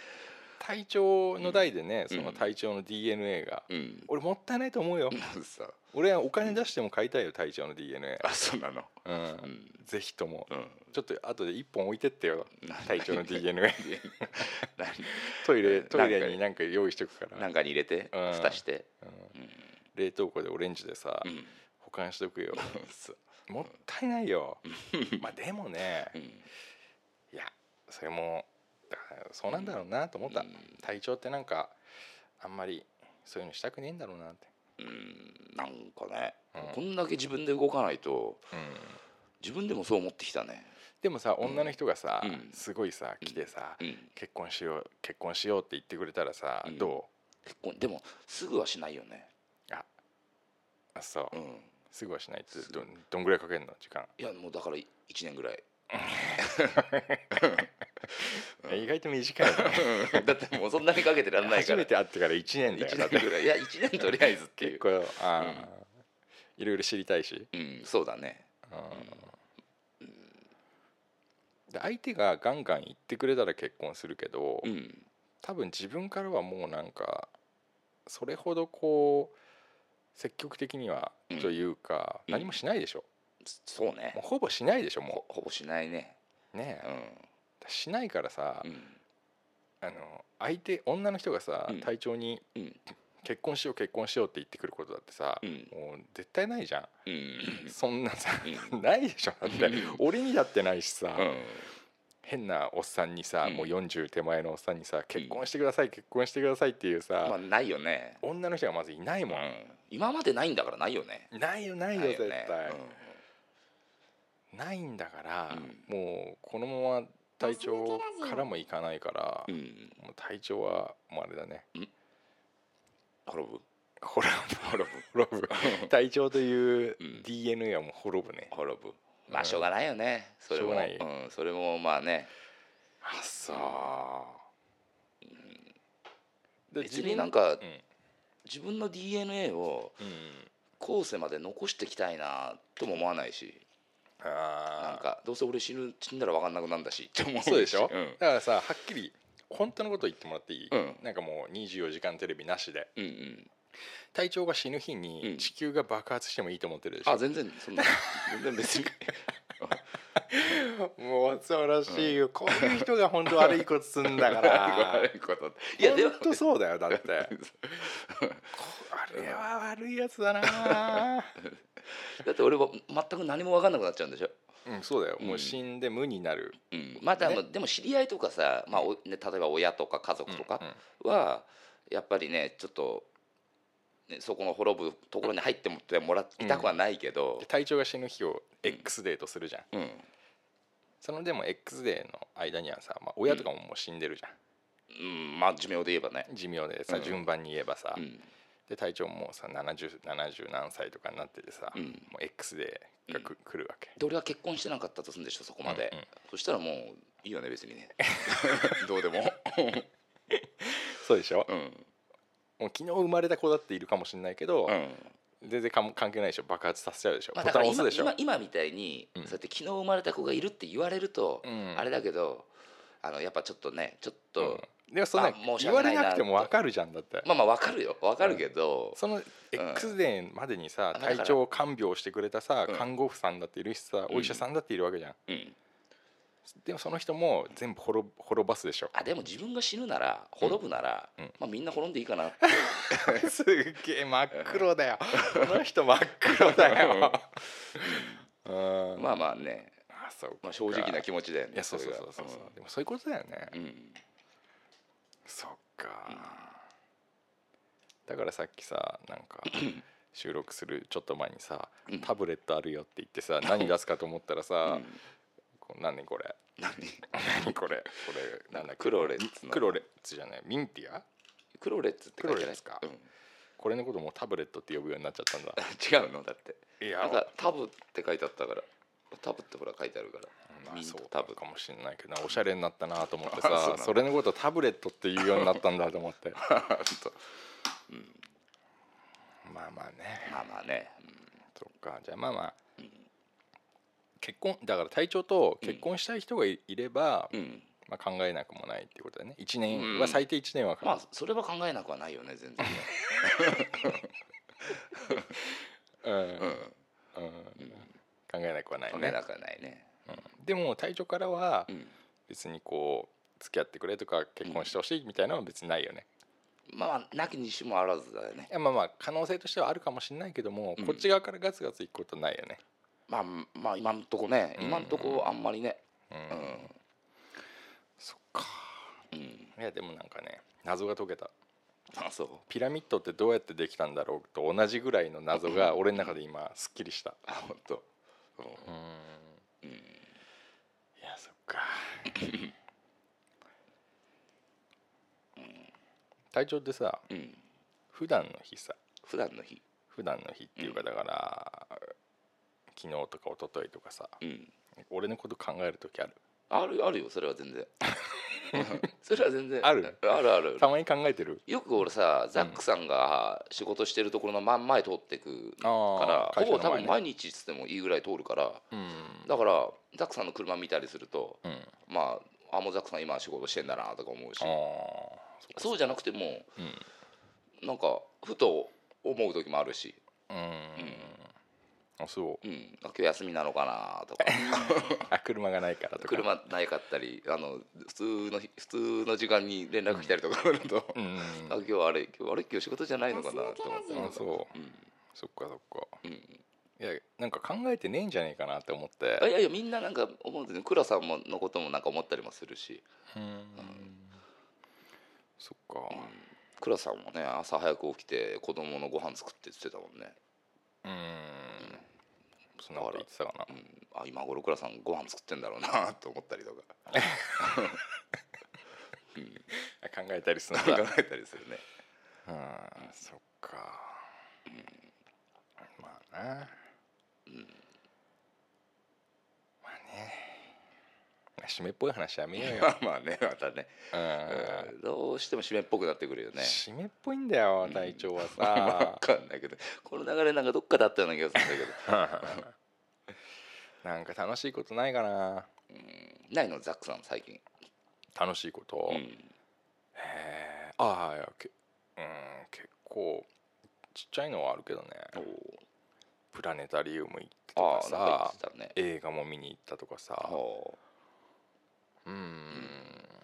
Speaker 3: 体調の代でね、
Speaker 4: うん
Speaker 3: その体調の DNA が、
Speaker 4: うん
Speaker 3: 俺もったいないと思うよ、
Speaker 4: さ
Speaker 3: 俺はお金出しても買いたいよ体調の DNA
Speaker 4: あそうなの
Speaker 3: うん、
Speaker 4: うん
Speaker 3: ぜひとも
Speaker 4: うん
Speaker 3: ちょっと後で一本置いてってよ体調の DNA
Speaker 4: (laughs) 何
Speaker 3: トイレトイレに
Speaker 4: な
Speaker 3: なんか用意しとくから
Speaker 4: なんかに入れて
Speaker 3: うん
Speaker 4: 蓋して
Speaker 3: うん
Speaker 4: うん
Speaker 3: 冷凍庫でオレンジでさ、
Speaker 4: うん
Speaker 3: 保管しておくよ
Speaker 4: そう
Speaker 3: もったいないよまあでもね
Speaker 4: うん
Speaker 3: いやそれもだからそうなんだろうなと思った、
Speaker 4: うん
Speaker 3: 体調ってなんかあんまりそういうのしたくねえんだろうなって、
Speaker 4: うんなんかね
Speaker 3: うん
Speaker 4: こんだけ自分で動かないと
Speaker 3: うん
Speaker 4: 自分でもそう思ってきたね
Speaker 3: でもさ女の人がさ、
Speaker 4: うん
Speaker 3: すごいさ来てさ、
Speaker 4: うん
Speaker 3: 結婚しよう結婚しようって言ってくれたらさ、
Speaker 4: うん
Speaker 3: ど
Speaker 4: 結婚でもすぐはしないよね
Speaker 3: うあそう、
Speaker 4: うん
Speaker 3: すぐはしないってどどんぐらいかけるの時間、
Speaker 4: いやもうだから1年ぐ
Speaker 3: (laughs)
Speaker 4: らい
Speaker 3: 意外と短い、
Speaker 4: (laughs)
Speaker 3: ね、
Speaker 4: だってもうそんなにかけてらんないか
Speaker 3: 初
Speaker 4: ら
Speaker 3: めて会ってから1年だよだ
Speaker 4: 1
Speaker 3: って
Speaker 4: (laughs) 年ぐらいいや1年とりあえずってい
Speaker 3: 結
Speaker 4: う
Speaker 3: 構ああ、いろいろ知りたいし
Speaker 4: うんそうだね
Speaker 3: あーで相手がガンガン言ってくれたら結婚するけど、
Speaker 4: うん
Speaker 3: 多分自分からはもうなんかそれほどこう積極的には
Speaker 4: うん
Speaker 3: というか、
Speaker 4: うん
Speaker 3: 何もしないでしょ、
Speaker 4: そうね
Speaker 3: もうほぼしないでしょ
Speaker 4: ほ
Speaker 3: も
Speaker 4: ほぼしないね
Speaker 3: うねえ
Speaker 4: う
Speaker 3: しないからさ、
Speaker 4: ん
Speaker 3: あの相手女の人がさ、
Speaker 4: うん
Speaker 3: 体調に
Speaker 4: うんうん
Speaker 3: 結婚しよう結婚しようって言ってくることだってさ、
Speaker 4: うん
Speaker 3: もう絶対ないじゃん、
Speaker 4: うん
Speaker 3: そんなさ、(laughs)
Speaker 4: う
Speaker 3: ないでしょだって、
Speaker 4: うん
Speaker 3: 俺にだってないしさ、
Speaker 4: うん
Speaker 3: 変なおっさんにさ、
Speaker 4: うん
Speaker 3: もう40手前のおっさんにさ結婚してください、結婚してくださいっていうさ、
Speaker 4: まあないよね
Speaker 3: 女の人がまずいないも、
Speaker 4: うんん今までないんだからないよね
Speaker 3: ないよないよ
Speaker 4: ない
Speaker 3: 絶
Speaker 4: よ
Speaker 3: 対
Speaker 4: ね
Speaker 3: ないんだから、
Speaker 4: うん
Speaker 3: もうこのまま体調からもいかないから、
Speaker 4: うんうん
Speaker 3: もう体調はもうあれだね
Speaker 4: 滅ぶ
Speaker 3: 滅ぶ
Speaker 4: 滅ぶ
Speaker 3: 滅ぶ体調という
Speaker 4: うん
Speaker 3: DNA はもう滅ぶね、
Speaker 4: 滅ぶまあしょうがないよねそれ
Speaker 3: しょ
Speaker 4: も
Speaker 3: うがない
Speaker 4: うんそれもまあね
Speaker 3: あそうで
Speaker 4: 別になんか
Speaker 3: 自分
Speaker 4: 自分の DNA を
Speaker 3: うん、うん、
Speaker 4: 後世まで残していきたいなとも思わないしなん
Speaker 3: ああ
Speaker 4: かどうせ俺死ぬ死んだら分かんなくなるんだしって思う
Speaker 3: そうでしょ、
Speaker 4: (laughs) うん
Speaker 3: だからさはっきり本当のこと言ってもらっていい、
Speaker 4: うん
Speaker 3: なんかもう24時間テレビなしで
Speaker 4: うんうん
Speaker 3: 体調が死ぬ日
Speaker 4: う
Speaker 3: に
Speaker 4: ん
Speaker 3: 地球が爆発してもいいと思ってるでしょ、
Speaker 4: あ全然そんな全然別に
Speaker 3: もう素晴らしいよ、こういう人が本当悪いことすんだから
Speaker 4: (laughs) 悪いこと (laughs) いやでも
Speaker 3: 本当そうだよだ
Speaker 4: (laughs)
Speaker 3: ってこあれは悪いやつだ
Speaker 4: (laughs)
Speaker 3: な
Speaker 4: だって俺は全く何も分かんなくなっちゃうんでしょ、
Speaker 3: うんそうだよもううん死んで無になる、
Speaker 4: うん、まあでも,、でも知り合いとかさ、まあおね、例えば親とか家族とか
Speaker 3: うんうん
Speaker 4: はやっぱりねちょっと、ね、そこの滅ぶところに入ってもってもらいたくはないけど
Speaker 3: で、体調が死ぬ日を X デーとするじゃん、
Speaker 4: うん
Speaker 3: そのでも X デーの間にはさ、まあ、親とかももう死んでるじゃ
Speaker 4: うんまあ寿命で言えばね
Speaker 3: ん、寿命でさ、
Speaker 4: うん
Speaker 3: 順番に言えばさ、
Speaker 4: うん
Speaker 3: で体調ももうさ 70, 70何歳とかになっててさ、
Speaker 4: うん
Speaker 3: もう X デーがく、来るわけ
Speaker 4: で俺は結婚してなかったとするんでしょそこまで、
Speaker 3: うんうん
Speaker 4: そしたらもういいよね別 (laughs) にねどうでも
Speaker 3: そうでしょ、
Speaker 4: うん
Speaker 3: もう昨日生まれた子だっているかもしれないけど、
Speaker 4: うん
Speaker 3: 全然かも関係ないでしょ爆発させちゃうでしょ、
Speaker 4: まあ、
Speaker 3: ボ
Speaker 4: だ
Speaker 3: タ
Speaker 4: か
Speaker 3: ン
Speaker 4: ら
Speaker 3: 押す
Speaker 4: 今
Speaker 3: でしょ
Speaker 4: 今今みたいに、
Speaker 3: うん
Speaker 4: そうやって昨日生まれた子がいるって言われると、
Speaker 3: うん
Speaker 4: あれだけどあのやっぱちょっとねちょっと、
Speaker 3: うん、でもそんな
Speaker 4: あ申し
Speaker 3: 言
Speaker 4: 訳
Speaker 3: わ
Speaker 4: な
Speaker 3: れ
Speaker 4: いな
Speaker 3: なくても分かるじゃんだって、
Speaker 4: まあまあわかるよわかるけど、
Speaker 3: その X デーまでにさ、
Speaker 4: うん
Speaker 3: 体調を看病してくれたさ、
Speaker 4: うん
Speaker 3: 看護婦さんだっているしさ、
Speaker 4: うん
Speaker 3: お医者さんだっているわけじゃん
Speaker 4: うん
Speaker 3: でもその人も全部滅滅ばすでし
Speaker 4: (laughs)
Speaker 3: ょ
Speaker 4: あでも自分が死ぬなら滅ぶなら、
Speaker 3: うんうん
Speaker 4: まあ、みんな滅んでいいかな (laughs) って
Speaker 3: すっげえ真っ黒 (laughs) だよこの人真っ黒だようん
Speaker 4: まあまあね、
Speaker 3: あそうか
Speaker 4: まあ、正直な気持ちだよね
Speaker 3: いやそうそうそうそう、
Speaker 4: れが
Speaker 3: でもそういうことだよね、
Speaker 4: うんうん
Speaker 3: そっか、だからさっきさなん
Speaker 4: (clears throat)
Speaker 3: か収録するちょっと前にさ、
Speaker 4: うん
Speaker 3: タブレットあるよって言ってさ何出すかと思ったらさ、
Speaker 4: うん
Speaker 3: こう何これ
Speaker 4: 何
Speaker 3: 何これこれなんだっけ
Speaker 4: クロレッツの
Speaker 3: クロレッツじゃないミンティア
Speaker 4: クロレッツって書い
Speaker 3: クロ
Speaker 4: て
Speaker 3: レ
Speaker 4: ない
Speaker 3: ッツか
Speaker 4: うん、
Speaker 3: これのこともうタブレットって呼ぶようになっちゃったんだ
Speaker 4: (laughs) 違うのだって
Speaker 3: いや
Speaker 4: なんかタブって書いてあったからタブってほら書いてあるから、
Speaker 3: まあ
Speaker 4: ミン
Speaker 3: そ
Speaker 4: ト
Speaker 3: う
Speaker 4: タ
Speaker 3: タ
Speaker 4: ブ
Speaker 3: ブかもしれないけどなおしゃれになったなと思って
Speaker 4: あそう
Speaker 3: さ
Speaker 4: なんだ
Speaker 3: それのことタブレットって言うようになったんだと思って
Speaker 4: (laughs)
Speaker 3: まあまあね
Speaker 4: まあまあね、
Speaker 3: そっかじゃあまあまあ、結婚だから体調と結婚したい人がいいれば、
Speaker 4: うんうん、
Speaker 3: まあ、考えなくもないっていうことだね1
Speaker 4: う
Speaker 3: 年
Speaker 4: ん
Speaker 3: は最低1年はか、
Speaker 4: まあそれは考えなくはないよね全然ね
Speaker 3: うん
Speaker 4: うん
Speaker 3: うん考えなくはない
Speaker 4: 考え
Speaker 3: ね
Speaker 4: なくはないね
Speaker 3: でも体調からは
Speaker 4: うん
Speaker 3: 別にこう付き合ってくれとか結婚してほしいみたいなのは別にないよね、
Speaker 4: まあなきにしもあらずだよね
Speaker 3: いやまあまあ可能性としてはあるかもしれないけども、
Speaker 4: うん
Speaker 3: こっち側からガツガツいくことないよね、
Speaker 4: まあまあ今んとこね
Speaker 3: うん
Speaker 4: 今んとこあんまりね
Speaker 3: うん
Speaker 4: うん
Speaker 3: そっか
Speaker 4: うん
Speaker 3: いやでもなんかね謎が解けた
Speaker 4: あそう
Speaker 3: ピラミッドってどうやってできたんだろうと同じぐらいの謎が俺の中で今すっきりした
Speaker 4: あ本当
Speaker 3: うん
Speaker 4: うん
Speaker 3: いやそっか体調ってさ
Speaker 4: うん
Speaker 3: 普段の日さ
Speaker 4: 普段の日
Speaker 3: 普段の日っていうかだから、昨日とか一昨日とかさ
Speaker 4: うん
Speaker 3: 俺のこと考える時ある
Speaker 4: あるあるよそれは全然 (laughs) それは全然
Speaker 3: ある
Speaker 4: あるある
Speaker 3: たまに考えてる
Speaker 4: よく俺さザックさんが仕事してるところの真ん前通ってくか
Speaker 3: あ
Speaker 4: ら
Speaker 3: ー会社の
Speaker 4: ほぼ多
Speaker 3: 前
Speaker 4: 分
Speaker 3: ね
Speaker 4: 毎日っつってもいいぐらい通るから
Speaker 3: うん
Speaker 4: だからザックさんの車見たりすると
Speaker 3: うん
Speaker 4: まああもうザックさん今仕事してんだなとか思うし
Speaker 3: ああ
Speaker 4: そうじゃなくても
Speaker 3: うん
Speaker 4: なんかふと思う時もあるし、
Speaker 3: うんあそう
Speaker 4: うん、あ今日休みなのかな
Speaker 3: (laughs)
Speaker 4: とか
Speaker 3: あ車がないからとか
Speaker 4: 車ないかったりあの普通の日普通の時間に連絡来たりとかすると、
Speaker 3: うんうん
Speaker 4: あ今日あれ今日あれ今日仕事じゃないのかなと思
Speaker 3: あ
Speaker 4: って、
Speaker 3: そう
Speaker 4: うん
Speaker 3: そっかそっか
Speaker 4: うん、
Speaker 3: いやなんか考えてねえんじゃねえかなって思って
Speaker 4: あいやいやみんななんか思うんですね倉さんものこともなんか思ったりもするし
Speaker 3: うんそっか
Speaker 4: 倉さんもね朝早く起きて子供のご飯作ってって言ってたもんね、
Speaker 3: うんそんなこと言ってたかな
Speaker 4: うん、あ今頃倉さんご飯作ってんだろうな (laughs) と思ったりとか
Speaker 3: あ考えたりする
Speaker 4: 考
Speaker 3: んだ
Speaker 4: えたりするね
Speaker 3: (laughs) うんそっかまあなまあねまあ締めっぽい話やめよう
Speaker 4: ま
Speaker 3: (laughs) よ
Speaker 4: あまあねまたね
Speaker 3: うん
Speaker 4: どうしても締めっぽくなってくるよね
Speaker 3: 締めっぽいんだよ体調 (laughs) は
Speaker 4: わ
Speaker 3: さ
Speaker 4: かんないけどこの流れなんかどっかだったような気がするんだけど (laughs)
Speaker 3: なんか楽しいことないかな
Speaker 4: ないのザックさん最近、
Speaker 3: 楽しいこと
Speaker 4: うん、
Speaker 3: へえああいやけうん結構ちっちゃいのはあるけどねプラネタリウム行ってと
Speaker 4: あ
Speaker 3: か
Speaker 4: あなん
Speaker 3: さ
Speaker 4: か言ってたね
Speaker 3: 映画も見に行ったとかさ
Speaker 4: ほ
Speaker 3: うん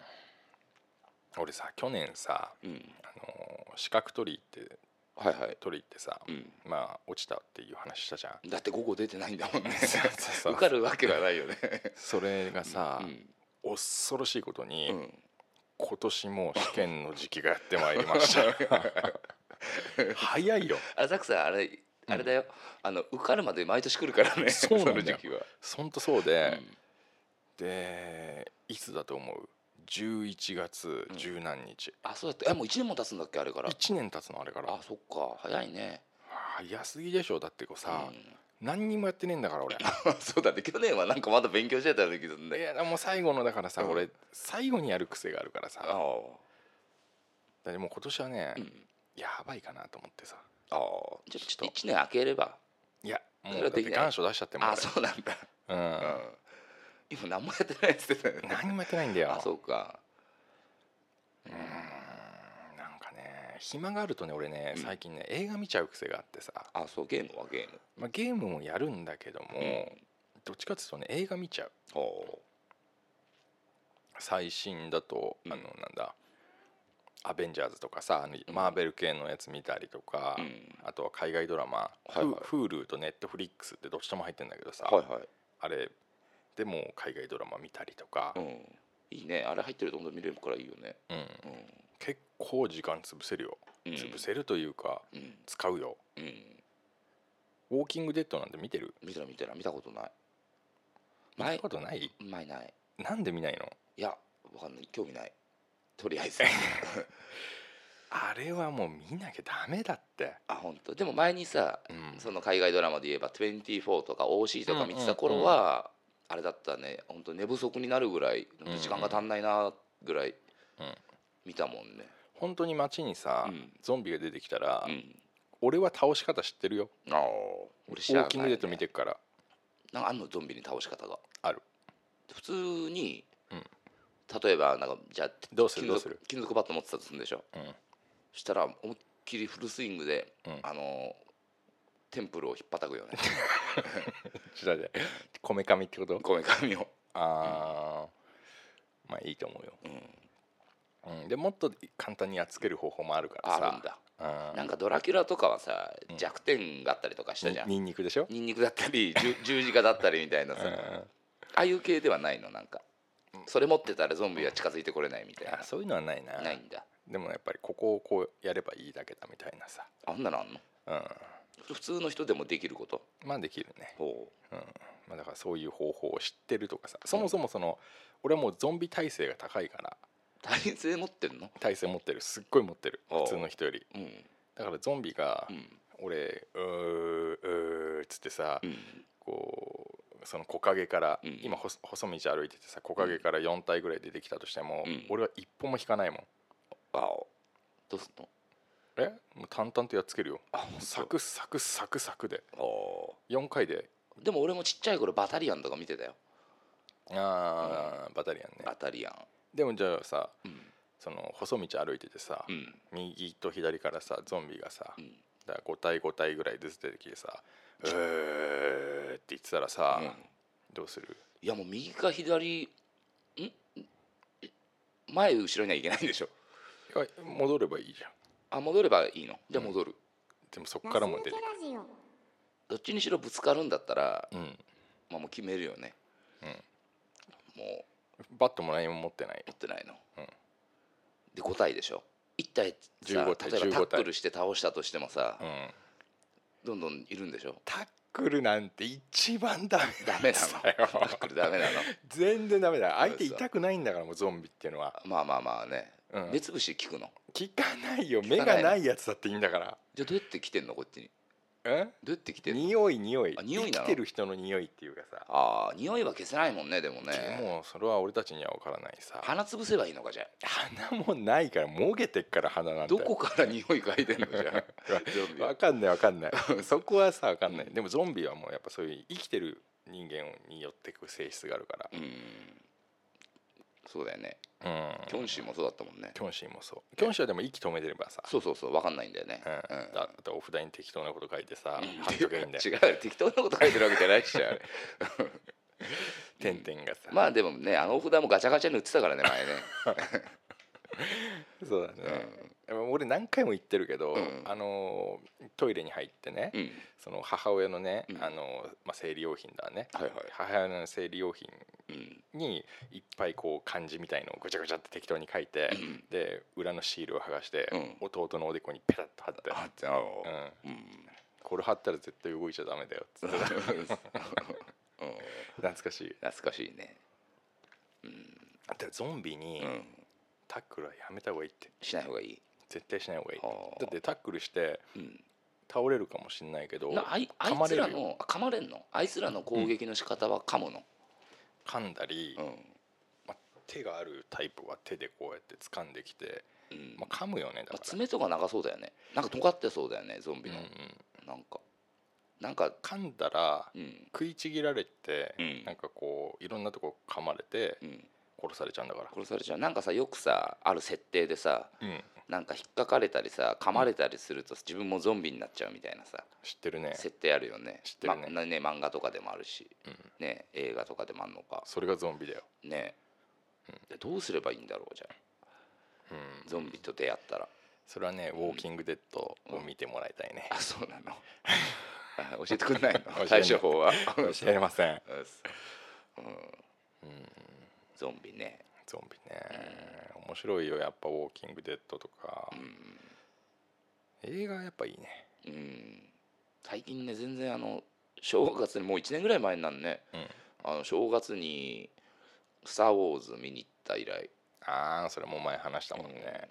Speaker 3: 俺さ去年さ
Speaker 4: ううん
Speaker 3: あのー資格取り行って
Speaker 4: はいはい、
Speaker 3: 取り行ってさ、
Speaker 4: うん、
Speaker 3: まあ落ちたっていう話したじ
Speaker 4: (laughs)
Speaker 3: ゃん
Speaker 4: だって午後出てないんだもん (laughs) ね
Speaker 3: そう
Speaker 4: 受かるわけはないよ (laughs) ね
Speaker 3: それがさ、
Speaker 4: うん
Speaker 3: 恐ろしいことに、
Speaker 4: うん
Speaker 3: 今年もう試験の時期がやってまいりま
Speaker 4: (laughs)
Speaker 3: した早いよ
Speaker 4: あザクさんあれあれだよ、あの受かるまで毎年来るから (laughs) ね
Speaker 3: そうなんだよ
Speaker 4: の時期は、
Speaker 3: ほんとそう
Speaker 4: う
Speaker 3: で、
Speaker 4: ん
Speaker 3: でいつだと思う11月十何日、
Speaker 4: あそうだってえもう1年も経つんだっけあれから
Speaker 3: 1年経つのあれから
Speaker 4: あそっか早いね
Speaker 3: 早すぎでしょだってこうさ、
Speaker 4: う
Speaker 3: 何にもやってねえんだから俺い
Speaker 4: ん (laughs) そうだって去年はなんかまだ勉強してたような気がするんだけど
Speaker 3: やもう最後のだからさ、
Speaker 4: うん
Speaker 3: 俺最後にやる癖があるからさだっ
Speaker 4: あ
Speaker 3: てもう今年はね、
Speaker 4: あ、うん、
Speaker 3: やばいかなと思ってさ
Speaker 4: ああじゃあちょっと1年空ければ
Speaker 3: いやも
Speaker 4: そうれ
Speaker 3: だっ
Speaker 4: は
Speaker 3: て
Speaker 4: できない
Speaker 3: 願書出しちゃっても
Speaker 4: あ
Speaker 3: 俺
Speaker 4: そうなんだ、
Speaker 3: う
Speaker 4: うん
Speaker 3: ん、
Speaker 4: 今何もやってないっつってたよね
Speaker 3: 何もやってないんだよ
Speaker 4: あそうか
Speaker 3: うんなんかね暇があるとね俺ね
Speaker 4: うん
Speaker 3: 最近ね、映画見ちゃう癖があってさ、
Speaker 4: あそうゲームはゲーム
Speaker 3: まあ、ゲームもやるんだけども、
Speaker 4: うん
Speaker 3: どっちかっていうとね映画見ちゃう
Speaker 4: ほ
Speaker 3: 最新だと、
Speaker 4: うん
Speaker 3: あのなんだ「アベンジャーズ」とかさあのマーベル系のやつ見たりとか、
Speaker 4: ううん
Speaker 3: あとは海外ドラマ、
Speaker 4: はいはい
Speaker 3: Hulu と Netflix ってどっちとも入ってんだけどさ、
Speaker 4: はいはい
Speaker 3: あれでも海外ドラマ見たりとか、
Speaker 4: うんいいねあれ入ってるとどんどん見れるからいいよね
Speaker 3: うん
Speaker 4: うん
Speaker 3: 結構時間潰せるよ
Speaker 4: うん
Speaker 3: 潰せるというか、
Speaker 4: うん
Speaker 3: 使うよ
Speaker 4: うん
Speaker 3: 「ウォーキングデッド」なんて見てる
Speaker 4: 見たら見たら見たことない
Speaker 3: 見
Speaker 4: 前
Speaker 3: たことない
Speaker 4: 前ない
Speaker 3: なんで見ないの
Speaker 4: いやわかんない興味ないとりあ
Speaker 3: (laughs)
Speaker 4: えず
Speaker 3: あれはもう見なきゃダメだって、
Speaker 4: あ本当でも前にさ
Speaker 3: うん
Speaker 4: その海外ドラマで言えば24とか OC とか見てた頃は、あれだったね本当寝不足になるぐらい
Speaker 3: んうん
Speaker 4: 時間が足んないなぐらい
Speaker 3: うん
Speaker 4: 見たもんね
Speaker 3: 本当に街にさ、
Speaker 4: うん
Speaker 3: ゾンビが出てきたら、
Speaker 4: うん
Speaker 3: 俺は倒し方知ってるよ
Speaker 4: ああ俺知
Speaker 3: ウ
Speaker 4: ら
Speaker 3: ォー
Speaker 4: ない、
Speaker 3: キングデッド見てるから
Speaker 4: なんかあんのゾンビに倒し方が
Speaker 3: ある
Speaker 4: 普通に、
Speaker 3: うん
Speaker 4: 例えばなんかじゃあ
Speaker 3: どうする
Speaker 4: 金
Speaker 3: どうす
Speaker 4: 属
Speaker 3: る
Speaker 4: 金属バット持ってたとするんでしょ
Speaker 3: うん
Speaker 4: そしたら思いっきりフルスイングで、
Speaker 3: うん
Speaker 4: あのテンプルをひっぱたくよね (laughs)
Speaker 3: ちょっと待ってこめかみってこと
Speaker 4: ごめん髪を、
Speaker 3: あーまあいいと思うよ、
Speaker 4: うん、
Speaker 3: うん、でもっと簡単にやっつける方法もあるから
Speaker 4: あ
Speaker 3: さ
Speaker 4: るんだ
Speaker 3: だ
Speaker 4: なんかドラキュラとかはさ
Speaker 3: うん
Speaker 4: 弱点があったりとかしたじゃん、
Speaker 3: ニンニクでしょ、
Speaker 4: ニンニクだったり
Speaker 3: (laughs)
Speaker 4: 十十字架だったりみたいなさ、
Speaker 3: うん
Speaker 4: ああいう系ではないのなんかそれ持ってたらゾンビは近づいてこれないみたい
Speaker 3: あそういうのはないな
Speaker 4: なないんだ
Speaker 3: でもやっぱりここをこうやればいいだけだみたいなさ、
Speaker 4: あんなのあんの
Speaker 3: う
Speaker 4: 普通の人でもできること
Speaker 3: ん、まあできるね
Speaker 4: ほ
Speaker 3: うんまあ、だからそういう方法を知ってるとかさそもそもその俺はもうゾンビ耐性が高いから
Speaker 4: う体勢持ってんの
Speaker 3: 耐性持ってるすっごい持ってる
Speaker 4: おう
Speaker 3: 普通の人より
Speaker 4: うん
Speaker 3: だからゾンビが
Speaker 4: うん
Speaker 3: 俺「うーうー」っつってさ
Speaker 4: うん
Speaker 3: こうその木陰から、
Speaker 4: うん
Speaker 3: 今細細道歩いててさ木陰から4体ぐらい出てきたとしても、
Speaker 4: うん
Speaker 3: 俺は一歩も引かないもん
Speaker 4: わおどうすんの
Speaker 3: えもう淡々とやっつけるよ
Speaker 4: あ本当
Speaker 3: サクサクサクサクで
Speaker 4: お
Speaker 3: 4回で
Speaker 4: ーでも俺もちっちゃい頃バタリアンとか見てたよ
Speaker 3: あーバタリアンね
Speaker 4: バタリアン
Speaker 3: でもじゃあさ
Speaker 4: うん
Speaker 3: その細道歩いててさ、
Speaker 4: うん
Speaker 3: 右と左からさゾンビがさ、
Speaker 4: うん
Speaker 3: だから5体5体ぐらいずつ出てきてさ「うー」って言ってたらさ、
Speaker 4: うん
Speaker 3: どうする
Speaker 4: いやもう右か左ん前後ろにはいけないんでしょ
Speaker 3: いや戻ればいいじゃん
Speaker 4: あ戻ればいいのじゃあ戻る、
Speaker 3: でもそこからも出てくる
Speaker 4: どっちにしろぶつかるんだったら、
Speaker 3: うん
Speaker 4: まあ、もう決めるよね、も
Speaker 3: バットも何も持ってないう
Speaker 4: 持ってないの、
Speaker 3: うん
Speaker 4: で5体でしょ1体さ
Speaker 3: 15体
Speaker 4: 例え
Speaker 3: 15
Speaker 4: ばタ
Speaker 3: 体
Speaker 4: ックルして倒したとしてもさ、
Speaker 3: うん
Speaker 4: どんどんいるんでしょ
Speaker 3: タックルなんて一番ダメ
Speaker 4: ダメな
Speaker 3: (laughs)
Speaker 4: の
Speaker 3: だよ
Speaker 4: タックルダメなの
Speaker 3: 全然ダメだ
Speaker 4: (laughs)
Speaker 3: 相手痛くないんだからもうゾンビっていうのは、
Speaker 4: まあまあまあね、
Speaker 3: うん
Speaker 4: 目つぶし効くの
Speaker 3: 聞かないよ
Speaker 4: ない
Speaker 3: 目がないやつだっていいんだか
Speaker 4: じゃあどうやって来てんのこっちに
Speaker 3: らうん
Speaker 4: どうやって来てんの
Speaker 3: 匂い匂い
Speaker 4: あ匂い
Speaker 3: 生
Speaker 4: なの
Speaker 3: きてる人の匂いっていうかさ、
Speaker 4: ああ匂いは消せないもんねでもね
Speaker 3: もうそれは俺たちには分からないさ
Speaker 4: 鼻つぶせばいいのかじゃ
Speaker 3: 鼻もないからもげてっから鼻なん
Speaker 4: あ
Speaker 3: て
Speaker 4: どこから匂い嗅いでんの
Speaker 3: (laughs)
Speaker 4: じゃあゾンビは
Speaker 3: 分かんない分かんないそこはさ分かんないでもゾンビはもうやっぱそういう生きてる人間によってく性質があるか
Speaker 4: うんそうだよね
Speaker 3: らうん
Speaker 4: キョンシーもそうだったもんね
Speaker 3: キョンシーもそうキョンシーはでも息止めてればさ
Speaker 4: そうそうそう分かんないんだよね
Speaker 3: うん
Speaker 4: うん
Speaker 3: だだオフライン適当なこと書いてさ
Speaker 4: うん
Speaker 3: 貼っとけばいいんだ
Speaker 4: 違
Speaker 3: よ
Speaker 4: う適当なこと書いてるわけじゃないっ
Speaker 3: (laughs)
Speaker 4: しょあれ
Speaker 3: 点々がさ
Speaker 4: まあでもねあのお札もガチャガチャに売ってたからね前ね
Speaker 3: そうだ (laughs) ね俺何回も言ってるけど
Speaker 4: うん
Speaker 3: あのトイレに入ってね
Speaker 4: うん
Speaker 3: その母親のね
Speaker 4: うん
Speaker 3: あのまあ生理用品だね
Speaker 4: はいはい
Speaker 3: 母親の生理用品
Speaker 4: うん
Speaker 3: にいっぱいこう漢字みたいのをぐちゃぐちゃって適当に書いて
Speaker 4: うん
Speaker 3: で裏のシールを剥がして
Speaker 4: うん
Speaker 3: 弟のおでこにペタッと貼って
Speaker 4: あってあの
Speaker 3: うん (laughs)
Speaker 4: うん (laughs)
Speaker 3: これ貼ったら絶対動いちゃダメだよっつって
Speaker 4: うん
Speaker 3: 懐かしい
Speaker 4: 懐かしいね
Speaker 3: だってゾンビに
Speaker 4: うん
Speaker 3: タックルはやめた方がいいって
Speaker 4: しない方がいい
Speaker 3: 絶対しない方がいい
Speaker 4: はあ
Speaker 3: だってタックルして
Speaker 4: うん
Speaker 3: 倒れるかもしれないけど
Speaker 4: なあいあ
Speaker 3: 噛ま
Speaker 4: いつ
Speaker 3: れ
Speaker 4: ら
Speaker 3: るよ
Speaker 4: のあ噛まれんのあいつらの攻撃の仕方は噛むの
Speaker 3: 噛んだり、
Speaker 4: うん
Speaker 3: まあ、手があるタイプは手でこうやって掴んできて、
Speaker 4: うん
Speaker 3: まあ、噛むよねだ
Speaker 4: まあ
Speaker 3: から、
Speaker 4: 爪とか長そうだよねなんか尖ってそうだよねゾンビ
Speaker 3: うん
Speaker 4: の、
Speaker 3: うん
Speaker 4: なんかなんか
Speaker 3: 噛んだら
Speaker 4: うん
Speaker 3: 食いちぎられて、
Speaker 4: うん
Speaker 3: なんかこういろんなとこ噛まれて
Speaker 4: うん
Speaker 3: 殺されちゃうんだから、
Speaker 4: 殺されちゃうなんかさよくさある設定でさ
Speaker 3: うん、
Speaker 4: なんか引っかかれたりさ噛まれたりすると自分もゾンビになっちゃうみたいなさ
Speaker 3: 知ってるね
Speaker 4: 設定あるよね
Speaker 3: 知ってるね
Speaker 4: まね漫画とかでもあるし、
Speaker 3: うん
Speaker 4: ね映画とかでもあるのか
Speaker 3: それがゾンビだよ、
Speaker 4: ねでどうすればいいんだろうじゃあ
Speaker 3: うん、
Speaker 4: ゾンビと出会ったら
Speaker 3: それはね「ウォーキング・デッド」を見てもらいたいね
Speaker 4: あ、そうなのあ教えてくれない
Speaker 3: (laughs) 教えな
Speaker 4: の
Speaker 3: い
Speaker 4: 対処法は
Speaker 3: 教えれません
Speaker 4: うんゾンビね
Speaker 3: ゾンビね面白いよやっぱ「ウォーキング・デッド」とか、映画はやっぱいいね
Speaker 4: うん最近ね全然あの正月にもう1年ぐらい前になるね、
Speaker 3: うん
Speaker 4: あの正月に「スター・ウォーズ」見に行った以来
Speaker 3: ああそれも前話したもんね、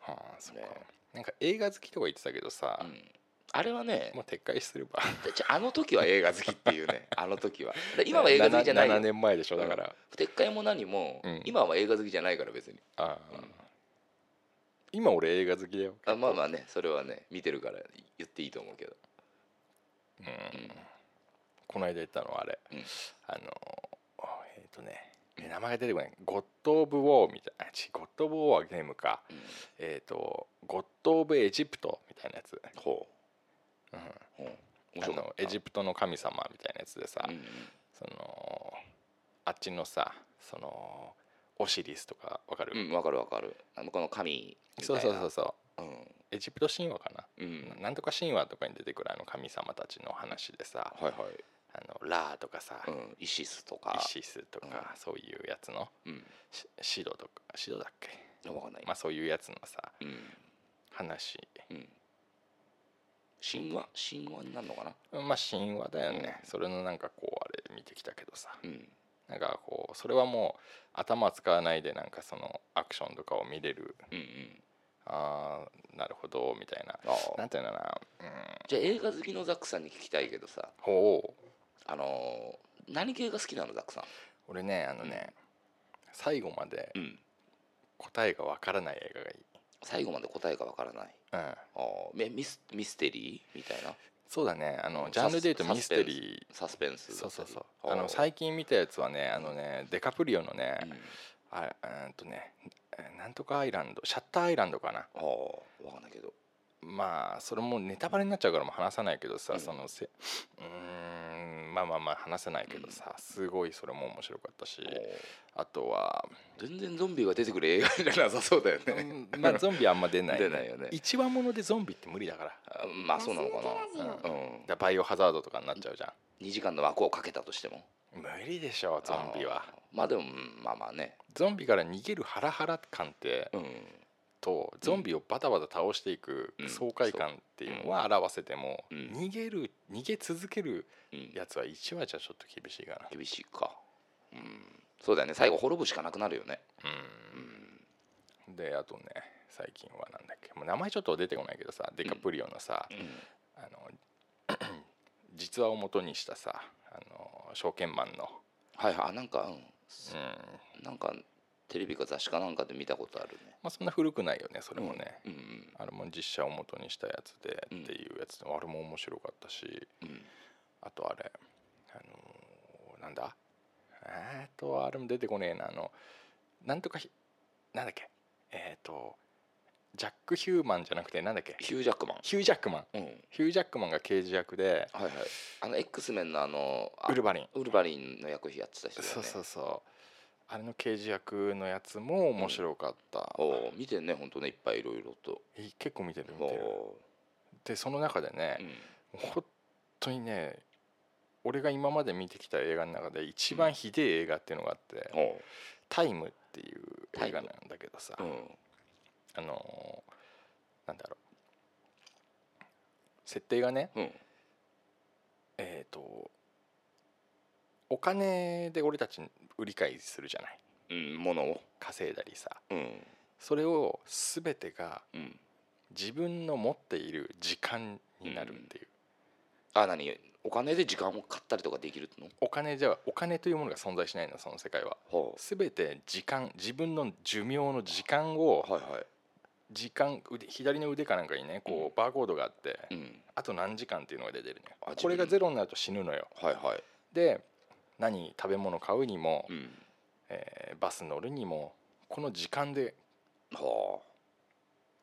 Speaker 3: はあそっか、
Speaker 4: ね
Speaker 3: なんか映画好きとか言ってたけどさ、
Speaker 4: うんあれはね、 (laughs)
Speaker 3: もう撤回すれば
Speaker 4: じゃああの時は映画好きっていう
Speaker 3: (laughs)
Speaker 4: ねあの時はで今は映画好きじゃない
Speaker 3: 7
Speaker 4: よ
Speaker 3: 年前でしょだから、
Speaker 4: 撤回も何も、
Speaker 3: うん
Speaker 4: 今は映画好きじゃないから別に
Speaker 3: あー今俺映画好きだよ
Speaker 4: あまあまあねそれはね見てるから言っていいと思うけど
Speaker 3: うん、この間言ったのはあれ、
Speaker 4: うん
Speaker 3: あのえっ、とねえ名前が出てこない「ゴッド・オブ・ウォー」みたいなあ違うゴッド・オブ・ウォー」はゲームか、
Speaker 4: ん
Speaker 3: えっ、と「ゴッド・オブ・エジプト」みたいなやつ、
Speaker 4: ほ
Speaker 3: うん、
Speaker 4: うほう面
Speaker 3: あ
Speaker 4: 白かっ
Speaker 3: の
Speaker 4: た
Speaker 3: エジプトの神様みたいなやつでさ、
Speaker 4: うんうん
Speaker 3: そのあっちのさそのオシリスとかわかる、
Speaker 4: うん、わかるわかる。あのこの神みた
Speaker 3: そ
Speaker 4: いうな。
Speaker 3: そうそうそう
Speaker 4: う。
Speaker 3: エジプト神話かな、
Speaker 4: うん。うん。
Speaker 3: なんとか神話とかに出てくるあの神様たちの話でさ、
Speaker 4: はいはい。
Speaker 3: あのラーとかさ、
Speaker 4: うん。イシスとか。
Speaker 3: イシスとか、
Speaker 4: うん
Speaker 3: そういうやつの
Speaker 4: うん。
Speaker 3: しシドとかシドだっけ、
Speaker 4: わかんない。
Speaker 3: まあ、そういうやつのさ
Speaker 4: うん。
Speaker 3: 話
Speaker 4: うん。神話神話になるのかな。
Speaker 3: まあ神話だよね、
Speaker 4: うん
Speaker 3: それのなんかこうあれ見てきたけどさ
Speaker 4: うん。
Speaker 3: なんかこうそれはもう頭使わないでなんかそのアクションとかを見れる
Speaker 4: うんうん。
Speaker 3: あーなるほどみたいな
Speaker 4: ああ
Speaker 3: なんていうのかな、うん、
Speaker 4: じゃあ映画好きのザックさんに聞きたいけどさ、
Speaker 3: ほ
Speaker 4: あのー何系が好きなのザックさん
Speaker 3: 俺ねあのね、最後まで
Speaker 4: うん
Speaker 3: 答えがわからない映画がいい、
Speaker 4: 最後まで答えがわからない
Speaker 3: うん、
Speaker 4: あーめミスミステリーみたいな
Speaker 3: そうだねあの
Speaker 4: サス
Speaker 3: ジャンルでいうとミステリ
Speaker 4: サスペン
Speaker 3: ー
Speaker 4: ス
Speaker 3: そ
Speaker 4: だ
Speaker 3: う
Speaker 4: った
Speaker 3: そう
Speaker 4: り
Speaker 3: そうあの
Speaker 4: ー
Speaker 3: 最近見たやつはねあのねデカプリオのね、
Speaker 4: うん
Speaker 3: あうーんとねえーなんとかアイランドシャッターアイランドかな
Speaker 4: ああわかんないけど
Speaker 3: まあそれもネタバレになっちゃうからもう話さないけどさ、
Speaker 4: うん
Speaker 3: そのせうーんまあまあまあ話せないけどさ、すごいそれも面白かったし、あと
Speaker 4: (laughs)
Speaker 3: は、
Speaker 4: 全然ゾンビが出てくる映画じゃなさそうだよ
Speaker 3: う
Speaker 4: ね
Speaker 3: んまあゾンビあんま出ない,、
Speaker 4: 出ないよね
Speaker 3: 一話ものでゾンビって無理だから
Speaker 4: あまあそうなのか
Speaker 3: ラジ
Speaker 4: なうん、うん
Speaker 3: だからバイオハザードとかになっちゃうじゃ
Speaker 4: 2時間の枠をかけたとしても
Speaker 3: ん無理でしょゾンビは
Speaker 4: あーまあでもうんまあまあね
Speaker 3: ゾンビから逃げるハラハラ感って
Speaker 4: うん
Speaker 3: とゾンビをバタバタ倒していく
Speaker 4: うん
Speaker 3: 爽快感っていうのは表せても、
Speaker 4: うん
Speaker 3: 逃げる逃げ続ける
Speaker 4: うん
Speaker 3: やつは1話じゃちょっと厳しいかな
Speaker 4: 厳しいかうんそうだよね最後滅ぶしかなくなるよね
Speaker 3: うんであとね最近はなんだっけもう名前ちょっと出てこないけどさデカプリオのさ、
Speaker 4: うん
Speaker 3: あの (clears throat) 実話を元にしたさあの証券マンの、
Speaker 4: はいはいあなんか
Speaker 3: うん
Speaker 4: うんなんかテレビか雑誌かなんかで見たことあるね
Speaker 3: まあ、そんな古くないよねそれもね、
Speaker 4: うんうん
Speaker 3: あれも実写を元にしたやつで
Speaker 4: うん
Speaker 3: っていうやつであれも面白かったし
Speaker 4: うん
Speaker 3: あとあれあのーなんだえーっとあれも出てこねえなあのなんとかひなんだっけえーっとジャック・ヒューマンじゃなくてなんだっけ
Speaker 4: ヒュージャックマン
Speaker 3: ヒュージャックマン
Speaker 4: うん
Speaker 3: ヒュージャックマンが刑事役で
Speaker 4: はいはいあの X メンのあのあ
Speaker 3: ウルヴァリン
Speaker 4: ウルヴァリンの役やってた人だよ
Speaker 3: そう
Speaker 4: ね
Speaker 3: そうそうあれの刑事役のやつも面白かった、
Speaker 4: おー見てんね本当ねいっぱいいろいろと
Speaker 3: い結構見てる見てる
Speaker 4: お
Speaker 3: でその中で
Speaker 4: ーう
Speaker 3: ね、
Speaker 4: ん
Speaker 3: 本当にね俺が今まで見てきた映画の中で一番ひでえ映画っていうのがあって「
Speaker 4: お
Speaker 3: タイム」っていう映画
Speaker 4: タイム
Speaker 3: なんだけどさ、
Speaker 4: ーうん
Speaker 3: あのーなんだろう設定がね
Speaker 4: うん
Speaker 3: えっ、とお金で俺たち売り買いするじゃない
Speaker 4: うんものを
Speaker 3: 稼いだりさ
Speaker 4: うん
Speaker 3: それを全てが
Speaker 4: うん
Speaker 3: 自分の持っている時間になるっていう、
Speaker 4: あ何お金で時間を買ったりとかできるの
Speaker 3: お金じゃお金というものが存在しないのその世界は
Speaker 4: ほ
Speaker 3: 全て時間自分の寿命の時間を
Speaker 4: はいはい
Speaker 3: 時間腕左の腕かなんかにね
Speaker 4: う
Speaker 3: こ
Speaker 4: ん
Speaker 3: うバーコードがあって、
Speaker 4: うん
Speaker 3: あと何時間っていうのが出てる
Speaker 4: あ
Speaker 3: ねこれが
Speaker 4: 自
Speaker 3: ゼロになると死ぬのよ
Speaker 4: はいはい
Speaker 3: で何食べ物買うにも、
Speaker 4: うん
Speaker 3: えーバス乗るにもこの時間で
Speaker 4: はあ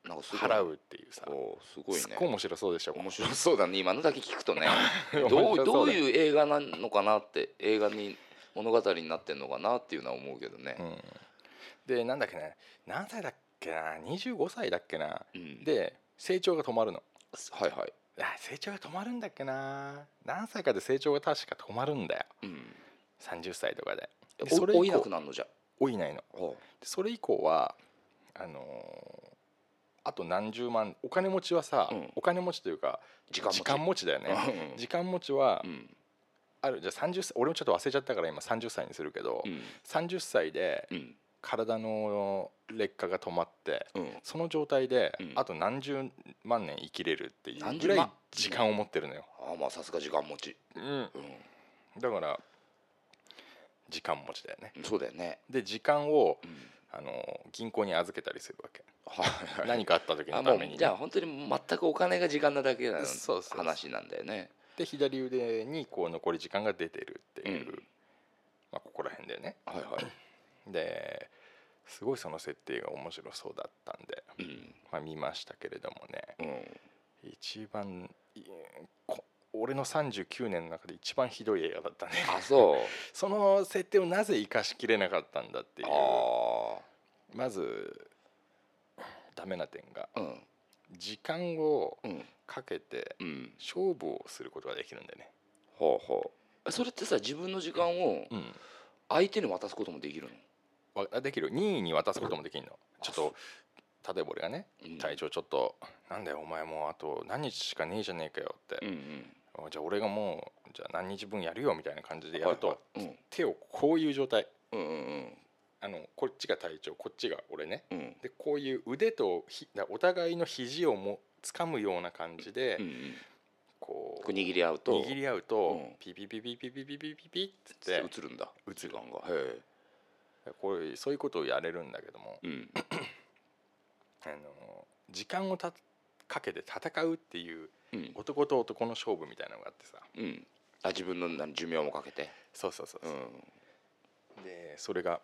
Speaker 4: なんかすごい
Speaker 3: 払うっていうさ
Speaker 4: おーすごい
Speaker 3: すっ
Speaker 4: ね
Speaker 3: ごい面白そうでしょ
Speaker 4: 面白そうだね今のだけ聞くとね
Speaker 3: (laughs)
Speaker 4: ど
Speaker 3: 面
Speaker 4: う
Speaker 3: 白
Speaker 4: ど
Speaker 3: そうだよ
Speaker 4: いう映画なのかなって映画に物語になってんのかなっていうのは思うけどね
Speaker 3: う、ん、でなんだっけな何歳だっけな25歳だっけな
Speaker 4: うん
Speaker 3: で成長が止まるの
Speaker 4: はいはい、
Speaker 3: あ成長が止まるんだっけな何歳かで成長が確か止まるんだよ
Speaker 4: うん、
Speaker 3: 30歳とかでで
Speaker 4: お
Speaker 3: それ以降
Speaker 4: 追いなくなるのじゃ
Speaker 3: 老いないの
Speaker 4: ほ
Speaker 3: でそれ以降はあのーあと何十万お金持ちはさ、
Speaker 4: うん
Speaker 3: お金持ちというか
Speaker 4: 時間持ち
Speaker 3: だよ
Speaker 4: う
Speaker 3: ね
Speaker 4: うん
Speaker 3: 時間持ちは、
Speaker 4: うん
Speaker 3: あるじゃあ30歳俺もちょっと忘れちゃったから今30歳にするけど、
Speaker 4: うん
Speaker 3: 30歳で
Speaker 4: うん
Speaker 3: 体の劣化が止まって
Speaker 4: うん
Speaker 3: その状態で、
Speaker 4: うん
Speaker 3: あと何十万年生きれるっていう
Speaker 4: 何
Speaker 3: ぐ
Speaker 4: 十万
Speaker 3: らい時間を持ってるのよ、
Speaker 4: ああまあさすが時間持ち、
Speaker 3: うん
Speaker 4: う
Speaker 3: だから時間持ちだよね
Speaker 4: ん、そうだよね、
Speaker 3: で時間を
Speaker 4: うん、
Speaker 3: あの銀行に預けたりするわけ
Speaker 4: はいは
Speaker 3: (laughs)
Speaker 4: い
Speaker 3: 何かあった時
Speaker 4: あ
Speaker 3: の
Speaker 4: も
Speaker 3: た
Speaker 4: う
Speaker 3: めに
Speaker 4: じ
Speaker 3: ね、
Speaker 4: ゃあ本当に全くお金が時間なだけなの
Speaker 3: そうそう
Speaker 4: 話なんだよね
Speaker 3: で左腕にこう残り時間が出てるっていう、
Speaker 4: うん
Speaker 3: まあ、ここら辺でね
Speaker 4: はいはい、
Speaker 3: ですごいその設定が面白そうだったんで、
Speaker 4: うん
Speaker 3: まあ、見ましたけれどもね
Speaker 4: うん、
Speaker 3: 一番いこ俺の39年の中で一番ひどい映画だったね
Speaker 4: あそう
Speaker 3: (laughs) その設定をなぜ生かしきれなかったんだっていう
Speaker 4: あ
Speaker 3: まずダメな点が
Speaker 4: あうん
Speaker 3: 時間を
Speaker 4: うん
Speaker 3: かけて
Speaker 4: うん
Speaker 3: 勝負をすることができるんだよね、
Speaker 4: ほうほうそれってさ自分の時間を
Speaker 3: うん
Speaker 4: 相手に渡すこともできるの、
Speaker 3: わあ、できる任意に渡すこともできるのちょっと例えば俺がね
Speaker 4: うん
Speaker 3: 体調ちょっと「なんだよお前もうあと何日しかねえじゃねえかよ」って
Speaker 4: うんうん
Speaker 3: 「じゃあ俺がもうじゃあ何日分やるよ」みたいな感じでやると
Speaker 4: はいはい
Speaker 3: 手をこういう状態
Speaker 4: うんうんうん
Speaker 3: あのこっちが体調こっちが俺ね
Speaker 4: うんうん
Speaker 3: でこういう腕とひだお互いの肘をも掴むような感じで、
Speaker 4: うん
Speaker 3: こ
Speaker 4: こ
Speaker 3: う
Speaker 4: う握り合うと
Speaker 3: 握り合う
Speaker 4: う
Speaker 3: と
Speaker 4: ん
Speaker 3: ピピピピピピピピピピっつって
Speaker 4: 映るんだ
Speaker 3: 映る
Speaker 4: 時間がへ
Speaker 3: こういうそういうことをやれるんだけども
Speaker 4: えうん
Speaker 3: あの時間をたかけて戦うっていう
Speaker 4: うん
Speaker 3: 男と男の勝負みたいなのがあってさ
Speaker 4: うんあ自分の何寿命もかけて
Speaker 3: そうそうそう
Speaker 4: う
Speaker 3: そうんでそれが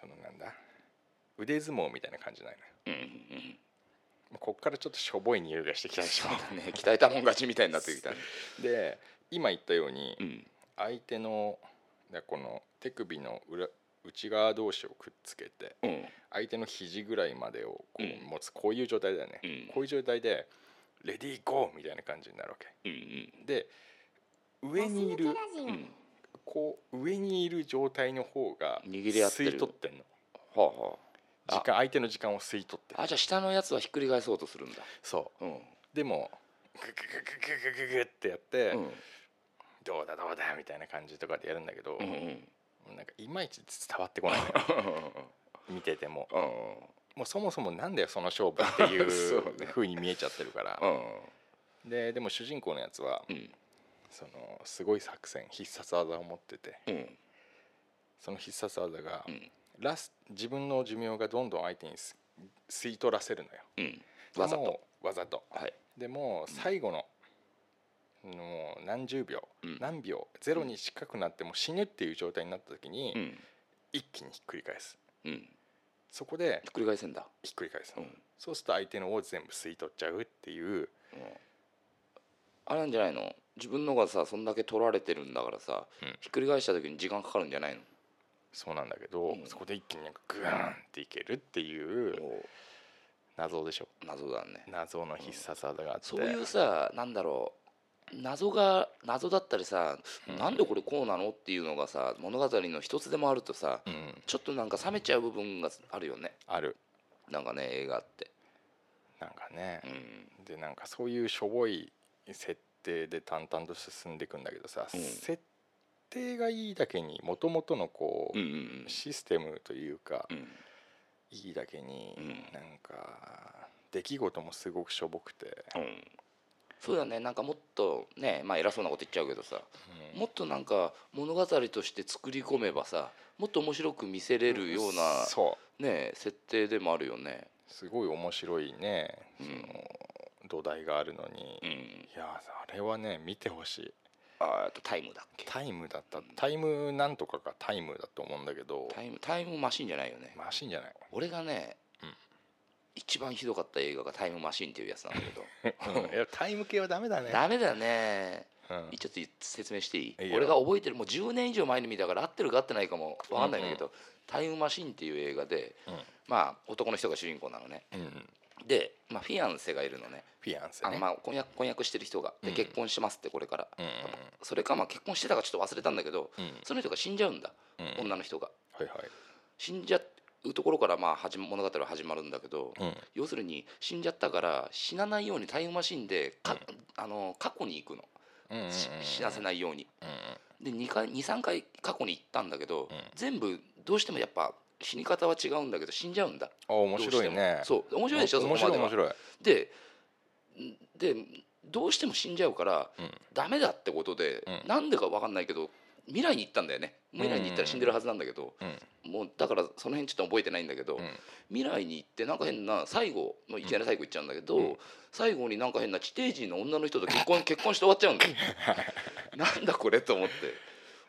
Speaker 3: そのなんだ腕相撲みたいな感じないのよ
Speaker 4: うんうん
Speaker 3: もうこっからちょっとしょぼい匂いがしてきたでし
Speaker 4: そうだ
Speaker 3: ょ
Speaker 4: ね鍛えたもん勝ちみたいになってきたね
Speaker 3: で今言ったように
Speaker 4: (laughs) うん
Speaker 3: 相手のだこの手首の裏内側同士をくっつけて
Speaker 4: うん
Speaker 3: 相手の肘ぐらいまでをこ
Speaker 4: うん
Speaker 3: う持つこういう状態だよね、
Speaker 4: うん
Speaker 3: こういう状態で「レディーゴー!」みたいな感じになるわけ
Speaker 4: うん
Speaker 3: で上にいる
Speaker 4: うんうん
Speaker 3: こう上にいる状態の方が
Speaker 4: 握り合ってる
Speaker 3: 吸い取ってんの
Speaker 4: はあはあ
Speaker 3: 時間相手の時間を吸い取ってる
Speaker 4: ああじゃあ下のやつはひっくり返そうとするんだ
Speaker 3: そ
Speaker 4: うん
Speaker 3: うでもググググググググってやって、
Speaker 4: うん
Speaker 3: どうだどうだみたいな感じとかでやるんだけど、
Speaker 4: うんうん
Speaker 3: なんかいまいち伝わ
Speaker 4: (laughs)
Speaker 3: ってこないのよ見てても
Speaker 4: うん
Speaker 3: もうそもそもなんだよその勝負ってい
Speaker 4: (laughs) そううね
Speaker 3: 風に見えちゃってるから、ででも主人公のやつは
Speaker 4: うん
Speaker 3: そのすごい作戦必殺技を持ってて
Speaker 4: うん
Speaker 3: その必殺技が、
Speaker 4: うん
Speaker 3: ラス自分の寿命がどんどん相手にす吸い取らせるのよ
Speaker 4: うんわざ
Speaker 3: で
Speaker 4: と
Speaker 3: もわざと
Speaker 4: はい
Speaker 3: でも最後の、もう何十秒、
Speaker 4: うん
Speaker 3: 何秒ゼロに近くなってもう死ぬっていう状態になった時に、
Speaker 4: うん
Speaker 3: 一気にひっくり返す
Speaker 4: うん
Speaker 3: そこで
Speaker 4: ひっくり返せんだ
Speaker 3: ひっくり返す
Speaker 4: う
Speaker 3: の、
Speaker 4: ん
Speaker 3: そうすると相手のを全部吸い取っちゃうっていう
Speaker 4: あれなんじゃないの自分のがさそんだけ取られてるんだからさ、
Speaker 3: うん
Speaker 4: ひっくり返した時に時間かかるんじゃないの
Speaker 3: そうなんだけど、
Speaker 4: うん
Speaker 3: そこで一気になんかグーンっていけるっていう謎でしょ
Speaker 4: 謎だね
Speaker 3: 謎の必殺技があって、
Speaker 4: そういうさなんだろう謎が謎だったりさ、
Speaker 3: うん
Speaker 4: なんでこれこうなのっていうのがさ物語の一つでもあるとさ
Speaker 3: うん、
Speaker 4: ちょっとなんか冷めちゃう部分があるよね
Speaker 3: ある
Speaker 4: なんかね映画って
Speaker 3: なんかね
Speaker 4: う、ん
Speaker 3: でなんかそういうしょぼい設定で淡々と進んでいくんだけどさ、
Speaker 4: うん
Speaker 3: 設定がいいだけにもともとのこう、
Speaker 4: うんうん
Speaker 3: システムというか、
Speaker 4: うん
Speaker 3: いいだけに、
Speaker 4: うん
Speaker 3: なんか出来事もすごくしょぼくて、
Speaker 4: うんそうだねなんかもっとねまあ偉そうなこと言っちゃうけどさ
Speaker 3: うん
Speaker 4: もっとなんか物語として作り込めばさもっと面白く見せれるような、
Speaker 3: そう
Speaker 4: ね、設定でもあるよね。
Speaker 3: すごい面白いね、
Speaker 4: うん
Speaker 3: その土台があるのに、
Speaker 4: う
Speaker 3: い
Speaker 4: ん、
Speaker 3: やあれはね見てほしい
Speaker 4: ああとタイムだっけ
Speaker 3: タイムだったタイムなんとかがタイムだと思うんだけど
Speaker 4: タイムタイムマシンじゃないよね。
Speaker 3: マシンじゃない
Speaker 4: 俺がね、
Speaker 3: うん
Speaker 4: 一番ひどかった映画が「タイムマシン」っていうやつなんだけど
Speaker 3: (laughs) いやタイム系はダメだね
Speaker 4: ダメだね
Speaker 3: うん
Speaker 4: ちょっと説明していい
Speaker 3: いいよ
Speaker 4: 俺が覚えてるもう10年以上前に見たから合ってるか合ってないかも分かんないんだけど「タイムマシン」っていう映画で、
Speaker 3: うん
Speaker 4: まあ男の人が主人公なのね
Speaker 3: うん
Speaker 4: で、まあ、フィアンセがいるのね
Speaker 3: フィアンセ
Speaker 4: あ
Speaker 3: ね
Speaker 4: のまあ婚約婚約してる人がで
Speaker 3: うん
Speaker 4: 結婚しますってこれから、
Speaker 3: うん
Speaker 4: それかまあ結婚してたかちょっと忘れたんだけど
Speaker 3: うん
Speaker 4: その人が死んじゃうんだ、
Speaker 3: うん
Speaker 4: 女の人が
Speaker 3: はいはい
Speaker 4: 死んじゃうところからまあ始ま物語は始まるんだけど、
Speaker 3: うん
Speaker 4: 要するに死んじゃったから死なないようにタイムマシンでか、あの過去に行くの、
Speaker 3: うんうんうん
Speaker 4: し死なせないように
Speaker 3: うん
Speaker 4: で2回23回過去に行ったんだけど、
Speaker 3: うん
Speaker 4: 全部どうしてもやっぱ死に方は違うんだけど死んじゃうんだ
Speaker 3: あ面白いね
Speaker 4: どうしてもそう面白いでしょそこ
Speaker 3: 面
Speaker 4: までは
Speaker 3: 白い面白い
Speaker 4: でんでどうしても死んじゃうから、
Speaker 3: うん
Speaker 4: ダメだってことで、
Speaker 3: うん
Speaker 4: なんでか分かんないけど未来に行ったんだよね未来に行ったら死んでるはずなんだけど、
Speaker 3: うん
Speaker 4: もうだからその辺ちょっと覚えてないんだけど、
Speaker 3: うん
Speaker 4: 未来に行ってなんか変な最後もういきなり最後行っちゃうんだけど、
Speaker 3: うん
Speaker 4: 最後になんか変な地底人の女の人と結
Speaker 3: (laughs)
Speaker 4: 婚結婚して終わっちゃうんだよなんだこれと思って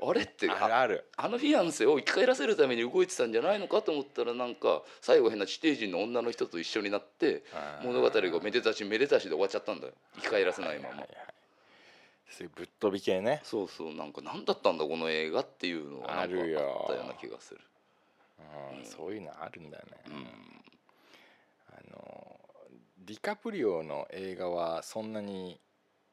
Speaker 4: あれって
Speaker 3: ある
Speaker 4: あ
Speaker 3: ある
Speaker 4: あのフィアンセを生き返らせるために動いてたんじゃないのかと思ったらなんか最後変な地底人の女の人と一緒になって物語がめでたしめでたしで終わっちゃったんだよ生き返らせないま
Speaker 3: はいは
Speaker 4: ま
Speaker 3: いはいそういうぶっ飛び系ね
Speaker 4: そうそうなんか何だったんだこの映画っていうのはなんか
Speaker 3: あるよ
Speaker 4: あったような気がする
Speaker 3: うんそういうのあるんだよ
Speaker 4: う
Speaker 3: ね
Speaker 4: ん
Speaker 3: あのディカプリオの映画はそんなに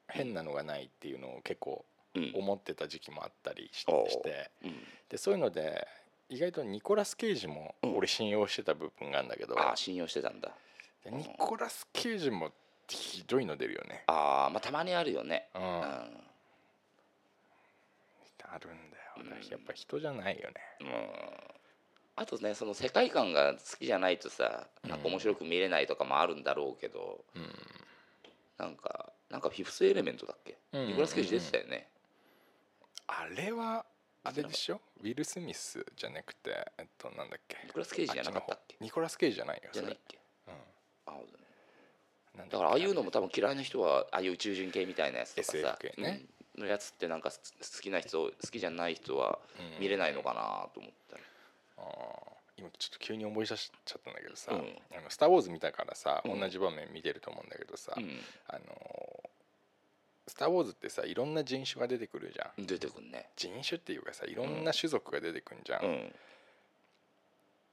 Speaker 3: 変なのがないっていうのを結構
Speaker 4: うん
Speaker 3: 思ってた時期もあったりし
Speaker 4: おう
Speaker 3: して
Speaker 4: うん
Speaker 3: でそういうので意外とニコラス・ケイジも
Speaker 4: うん
Speaker 3: 俺信用してた部分があるんだけど、
Speaker 4: ああ信用してたんだ
Speaker 3: でニコラス・ケイジもひどいの出るよね、
Speaker 4: ああまあたまにあるよね
Speaker 3: うん、
Speaker 4: うん
Speaker 3: あるんだよ
Speaker 4: うん
Speaker 3: やっぱ人じゃないよね
Speaker 4: うんあとねその世界観が好きじゃないとさなんか面白く見れないとかもあるんだろうけど
Speaker 3: うん
Speaker 4: なんかなんかフィフスエレメントだっけ
Speaker 3: うんうんうん
Speaker 4: ニコラス・ケイジ出てたよね
Speaker 3: あれはあれでしょウィル・スミスじゃなくてえっとなんだっけ
Speaker 4: ニコラス・ケイジじゃなかったっけ
Speaker 3: ニコラス・ケイジじゃないよ
Speaker 4: じ
Speaker 3: そ
Speaker 4: ゃないっ
Speaker 3: れ、
Speaker 4: け
Speaker 3: う
Speaker 4: あそうだね
Speaker 3: ん、なんだっけ
Speaker 4: だからああいうのも多分嫌いな人はああいう宇宙人系みたいなやつとかさ
Speaker 3: SF、系ね
Speaker 4: うんのやつってなんかす好きな人好きじゃない人は見れないのかなと思ったり、
Speaker 3: あー今ちょっと急に思い出しちゃったんだけどさ「
Speaker 4: うん
Speaker 3: あのスター・ウォーズ」見たからさ、
Speaker 4: うん
Speaker 3: 同じ場面見てると思うんだけどさ、
Speaker 4: う
Speaker 3: あのースター・ウォーズ」ってさいろんな人種が出てくるじゃん
Speaker 4: ん、出てくんね
Speaker 3: 人種っていうかさいろんな種族が出てくるじゃん、
Speaker 4: うん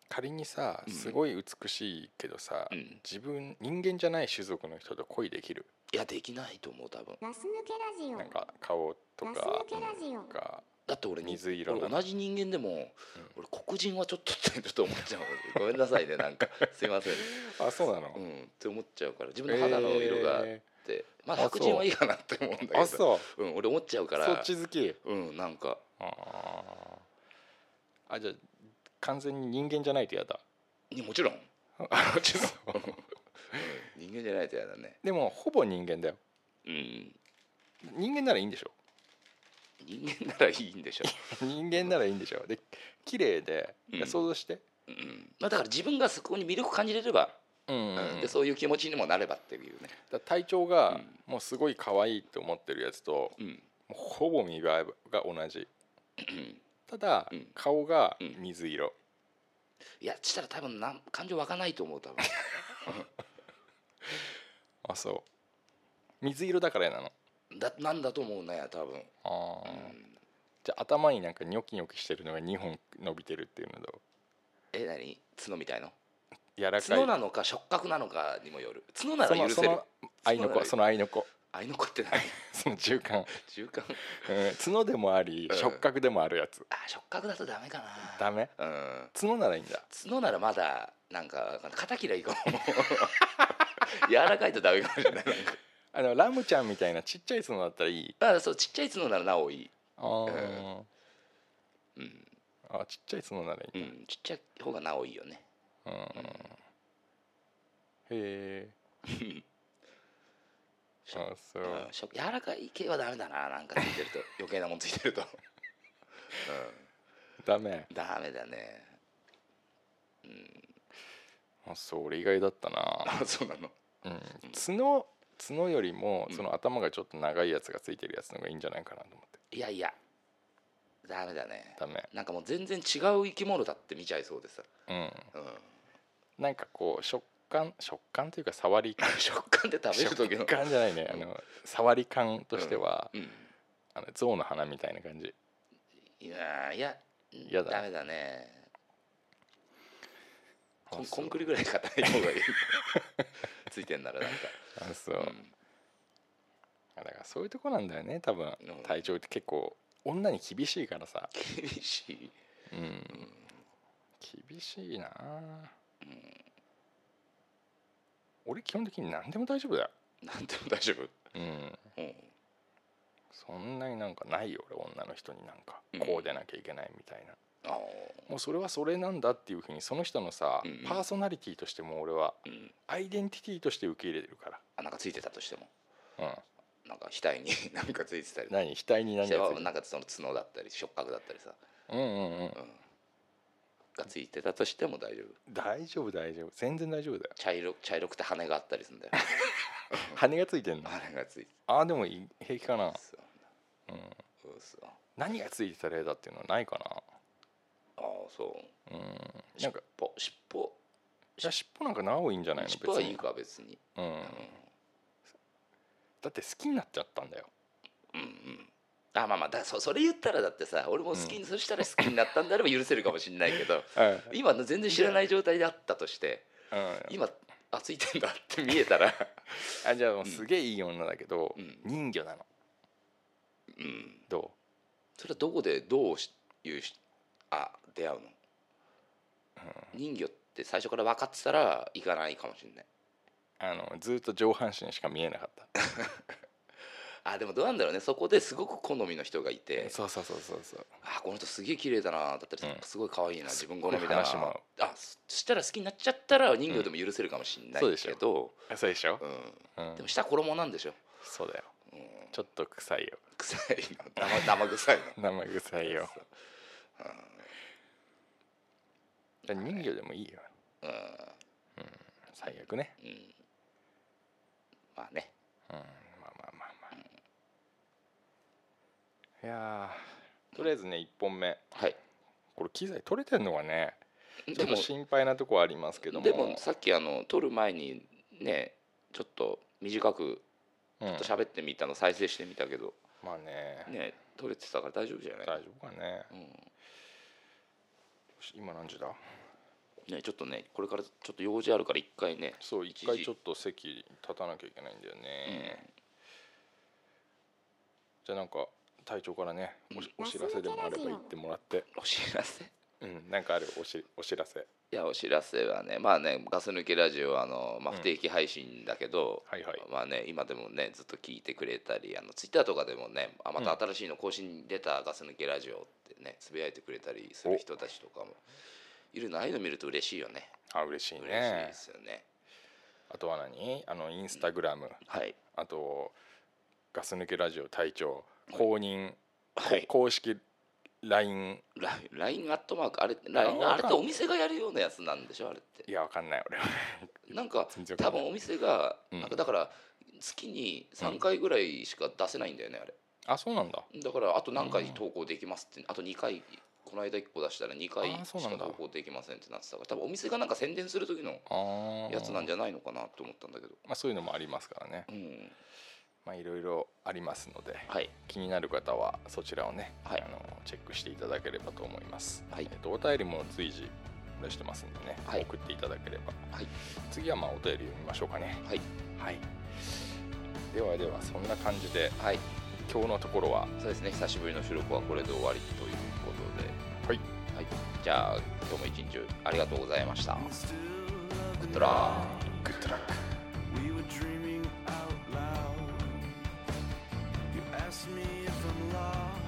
Speaker 3: 仮にさ
Speaker 4: うん
Speaker 3: すごい美しいけどさ、
Speaker 4: うん
Speaker 3: 自分人間じゃない種族の人と恋できる
Speaker 4: いやできないと思う多分
Speaker 6: ガス抜けラジオ
Speaker 3: なんか顔と
Speaker 6: ガス
Speaker 3: か
Speaker 6: 抜けラジオ
Speaker 3: なんか
Speaker 4: だって俺に
Speaker 3: 水色だ
Speaker 4: 俺同じ人間でも、俺黒人はちょっとってちょっと思っちゃうごめんなさい
Speaker 3: (laughs)
Speaker 4: ねなんかすいません、
Speaker 3: あそうなの、
Speaker 4: うん、って思っちゃうから自分の肌の色があって、
Speaker 3: え
Speaker 4: まあ
Speaker 3: あそう
Speaker 4: 白人はいいかなって思うんだけ
Speaker 3: ー
Speaker 4: ど
Speaker 3: あそう
Speaker 4: う、ん、俺思っちゃうから
Speaker 3: そっち好き
Speaker 4: うんなんか
Speaker 3: あーあじゃあ完全に人間じゃないと嫌だ
Speaker 4: にもちろん、うん
Speaker 3: あちょっ
Speaker 4: (laughs)
Speaker 3: と
Speaker 4: 人間じゃないとやだね
Speaker 3: でもほぼ人間だよ
Speaker 4: うん
Speaker 3: 人間ならいいんでしょ
Speaker 4: 人間ならいいんでしょ、
Speaker 3: 人間ならいいんでしょで綺麗で、
Speaker 4: うん
Speaker 3: いや想像して
Speaker 4: うんまあ、だから自分がそこに魅力感じれれば、
Speaker 3: うん
Speaker 4: う
Speaker 3: うんんうん
Speaker 4: でそういう気持ちにもなればっていうね、
Speaker 3: だ体調
Speaker 4: う
Speaker 3: が
Speaker 4: ん
Speaker 3: もうすごい可愛いと思ってるやつと、
Speaker 4: うん
Speaker 3: もうほぼ見栄えが同じ
Speaker 4: うん、
Speaker 3: ただ、
Speaker 4: うん
Speaker 3: 顔が
Speaker 4: うん
Speaker 3: 水色、
Speaker 4: いやしたら多分なん感情湧かないと思う多分
Speaker 3: あそう水色だから嫌なの
Speaker 4: だなんだと思うね多分、
Speaker 3: あ
Speaker 4: う
Speaker 3: ー、
Speaker 4: ん、
Speaker 3: じゃあ頭になんかニョキニョキしてるのが2本伸びてるっていうのと
Speaker 4: え何角みたいの
Speaker 3: 柔らかい
Speaker 4: 角なのか触覚なのかにもよる角なら許
Speaker 3: そ
Speaker 4: せ
Speaker 3: の
Speaker 4: る
Speaker 3: その愛の子そ
Speaker 4: その
Speaker 3: の愛の子
Speaker 4: 愛の子って何 (laughs)
Speaker 3: その中間、
Speaker 4: 中間
Speaker 3: うん、角でもあり
Speaker 4: うん
Speaker 3: 触覚でもあるやつ、
Speaker 4: あ触覚だとダメかな
Speaker 3: ダメ
Speaker 4: うん
Speaker 3: 角ならいいんだ
Speaker 4: 角ならまだなんかわかんない肩切りゃいいか
Speaker 3: (laughs)
Speaker 4: も柔らかいとダメかもしれない
Speaker 3: あのラムちゃんみたいなちっちゃい角だったらいい
Speaker 4: まあそうちっちゃい角ならなおいい
Speaker 3: あー、
Speaker 4: うん、
Speaker 3: あちっちゃい角ならいいんだ、
Speaker 4: うん、ちっちゃい方がなおいいよね
Speaker 3: うんへえ
Speaker 4: (laughs)
Speaker 3: あそう
Speaker 4: うんしょ柔らかい系はダメだななんかついてると余計なもんついてると、 (laughs) う
Speaker 3: ダメ
Speaker 4: ん、ダメだね
Speaker 3: あそう俺意外だったな、
Speaker 4: あ (laughs) そうなの
Speaker 3: うん、角角よりも
Speaker 4: うん
Speaker 3: その頭がちょっと長いやつがついてるやつの方がいいんじゃないかなと思って
Speaker 4: いやいやダメだね
Speaker 3: ダメ
Speaker 4: なんかもう全然違う生き物だって見ちゃいそうでさ、
Speaker 3: うん
Speaker 4: うん、 (laughs)
Speaker 3: なんかこう食感食感というか触り感
Speaker 4: 食感で食べる時の
Speaker 3: 食感じゃないねあの触り感としては、
Speaker 4: うん
Speaker 3: あの象の鼻みたいな感じ
Speaker 4: いやいや
Speaker 3: やだ
Speaker 4: ダメだねこん
Speaker 3: あそ
Speaker 4: こ
Speaker 3: うん
Speaker 4: くりぐらい硬い
Speaker 3: (laughs)
Speaker 4: 方がいいついてんならなんか、
Speaker 3: あそう、
Speaker 4: うん
Speaker 3: だからそういうとこなんだよね多分、
Speaker 4: うん
Speaker 3: 体調って結構女に厳しいからさ、
Speaker 4: 厳しい
Speaker 3: うん厳しいな、俺基本的に何でも大丈夫だよ、
Speaker 4: なんでも大丈夫、
Speaker 3: うん、
Speaker 4: うん、
Speaker 3: そんなになんかないよ俺女の人になんか
Speaker 4: うん
Speaker 3: こうでなきゃいけないみたいな、
Speaker 4: ああ
Speaker 3: もうそれはそれなんだっていうふうにその人のさ、
Speaker 4: うんうん
Speaker 3: パーソナリティとしても俺は
Speaker 4: うん
Speaker 3: アイデンティティとして受け入れてるか
Speaker 4: あなんかついてたとしても
Speaker 3: ら、うん、
Speaker 4: なんか額に (laughs) なんかついてたり
Speaker 3: 何額に何がついてる
Speaker 4: なんかその角だったり触覚だったりさ、
Speaker 3: うんうんうん
Speaker 4: うん、がついてたとしても大丈夫
Speaker 3: 大丈夫大丈夫全然大丈夫だよ
Speaker 4: 茶色茶色くて羽があったりす
Speaker 3: (laughs)
Speaker 4: るんだよ
Speaker 3: 羽がついてんの
Speaker 4: 羽がついて
Speaker 3: あーでもいい平気かな
Speaker 4: そう
Speaker 3: うん
Speaker 4: そうそう
Speaker 3: 何がついてた例だっていうのはないか
Speaker 4: ああそう
Speaker 3: なうんな
Speaker 4: 尻
Speaker 3: んか
Speaker 4: 尾尻尾
Speaker 3: いや尻尾なんか長いんじゃないの
Speaker 4: 尻尾はいいか別に、
Speaker 3: 別に、うん、だって好きになっちゃったんだよ
Speaker 4: うんうんうんあまあまあだそそれ言ったらだってさ俺も好きに、そしたら好きになったんであれば許せるかもしれない
Speaker 3: (laughs)
Speaker 4: けど
Speaker 3: うん、
Speaker 4: 今の全然知らない状態であったとして
Speaker 3: あ
Speaker 4: 今あついてんだって見えたら
Speaker 3: じゃあもうすげえいい女だけど、
Speaker 4: うん
Speaker 3: 人魚なの
Speaker 4: うん
Speaker 3: ど
Speaker 4: それはどこでどうしいうしあ出会うの、人魚って最初から分かってたら行かないかもしれないう
Speaker 3: あのずっと上半身しか見えなかった
Speaker 4: あでもどうなんだろうねそこですごく好みの人がいて
Speaker 3: そうそうそうそうそう
Speaker 4: あこの人すげえ綺麗だなだったり
Speaker 3: うん
Speaker 4: すごい可愛いな、自分好みだ
Speaker 3: すっごい
Speaker 4: な
Speaker 3: 話も合う
Speaker 4: あそそしたら好きになっちゃったら人魚でも許せるかもしれな
Speaker 3: そう
Speaker 4: い
Speaker 3: でしょ
Speaker 4: けど、
Speaker 3: そうでしょ
Speaker 4: うん、
Speaker 3: うん
Speaker 4: でも下衣なんでしょ
Speaker 3: そうだよ
Speaker 4: うん、
Speaker 3: ちょっと臭いよ
Speaker 4: 臭いの生 (laughs) 生臭いの
Speaker 3: 生臭いよ人魚でもいいよ
Speaker 4: うん、
Speaker 3: 最悪ね
Speaker 4: うん、まあね
Speaker 3: うんまあまあまあまあいやーとりあえずね1本目
Speaker 4: はい
Speaker 3: これ機材取れてんのがねち
Speaker 4: で
Speaker 3: ょっと
Speaker 4: も
Speaker 3: 心配なとこはありますけども
Speaker 4: でもさっきあの撮る前にねちょっと短く
Speaker 3: うん
Speaker 4: ちょっと喋ってみたの再生してみたけど、
Speaker 3: まあね
Speaker 4: ね撮れてたから大丈夫じゃない、
Speaker 3: 大丈夫かね
Speaker 4: うん
Speaker 3: 今何時だ
Speaker 4: ねちょっとねこれからちょっと用事あるから一回ね
Speaker 3: そう
Speaker 4: 一
Speaker 3: 一
Speaker 4: 時
Speaker 3: 回ちょっと席立たなきゃいけないんだよね、じゃあなんか隊長からねおし
Speaker 4: う
Speaker 3: お知らせでもあれば言ってもらって
Speaker 4: お知らせ (laughs)
Speaker 3: うんなんかあるおしお知らせ
Speaker 4: いやお知らせはねまあねガス抜けラジオはあの、まあ、
Speaker 3: うん
Speaker 4: 不定期配信だけど、
Speaker 3: はいはい
Speaker 4: まあね今でもねずっと聞いてくれたりあのツイッターとかでもねあまた新しいの更新出たガス抜けラジオってねつぶやいてくれたりする人たちとかもいるのああいうの見ると嬉しいよね
Speaker 3: あ嬉しい
Speaker 4: 嬉しいで
Speaker 3: ね
Speaker 4: すよね
Speaker 3: あとは何あのインスタグラム
Speaker 4: はい
Speaker 3: あとガス抜けラジオ隊長公認、
Speaker 4: はい
Speaker 3: 公式 LINE
Speaker 4: ララインアットマークあれライン
Speaker 3: あ
Speaker 4: あれってお店がやるようなやつなんでしょあれって
Speaker 3: いやわかんない
Speaker 4: (laughs)
Speaker 3: 俺は
Speaker 4: なんか
Speaker 3: 全然わかん
Speaker 4: 多
Speaker 3: ない
Speaker 4: 分お店が
Speaker 3: うん
Speaker 4: なんかだから月に3回ぐらいしか出せないんだよねあれ
Speaker 3: あそうなんだ
Speaker 4: だからあと何回投稿できますってあと2回この間1個出したら2回
Speaker 3: あー
Speaker 4: し
Speaker 3: そ
Speaker 4: か
Speaker 3: うなんだ
Speaker 4: 投稿できませんってなってたから多分お店がなんか宣伝する時の
Speaker 3: あー
Speaker 4: やつなんじゃないのかなと思ったんだけど
Speaker 3: まあそういうのもありますからね
Speaker 4: うん
Speaker 3: まあいろいろありますので
Speaker 4: はい
Speaker 3: 気になる方はそちらをね、
Speaker 4: はい
Speaker 3: あのチェックしていただければと思います、
Speaker 4: は
Speaker 3: え
Speaker 4: い
Speaker 3: っとお便りも随時出してますんでね、
Speaker 4: はい
Speaker 3: 送っていただければ、
Speaker 4: はい
Speaker 3: 次はまあお便り読みましょうかね
Speaker 4: はい
Speaker 3: はいではではそんな感じで
Speaker 4: はい
Speaker 3: 今日のところは
Speaker 4: そうですね久しぶりの収録はこれで終わりということで
Speaker 3: はい
Speaker 4: はい、じゃあ今日も一日ありがとうございましたグッドラック
Speaker 6: We were dreaming out loud. You asked me if I'm lost.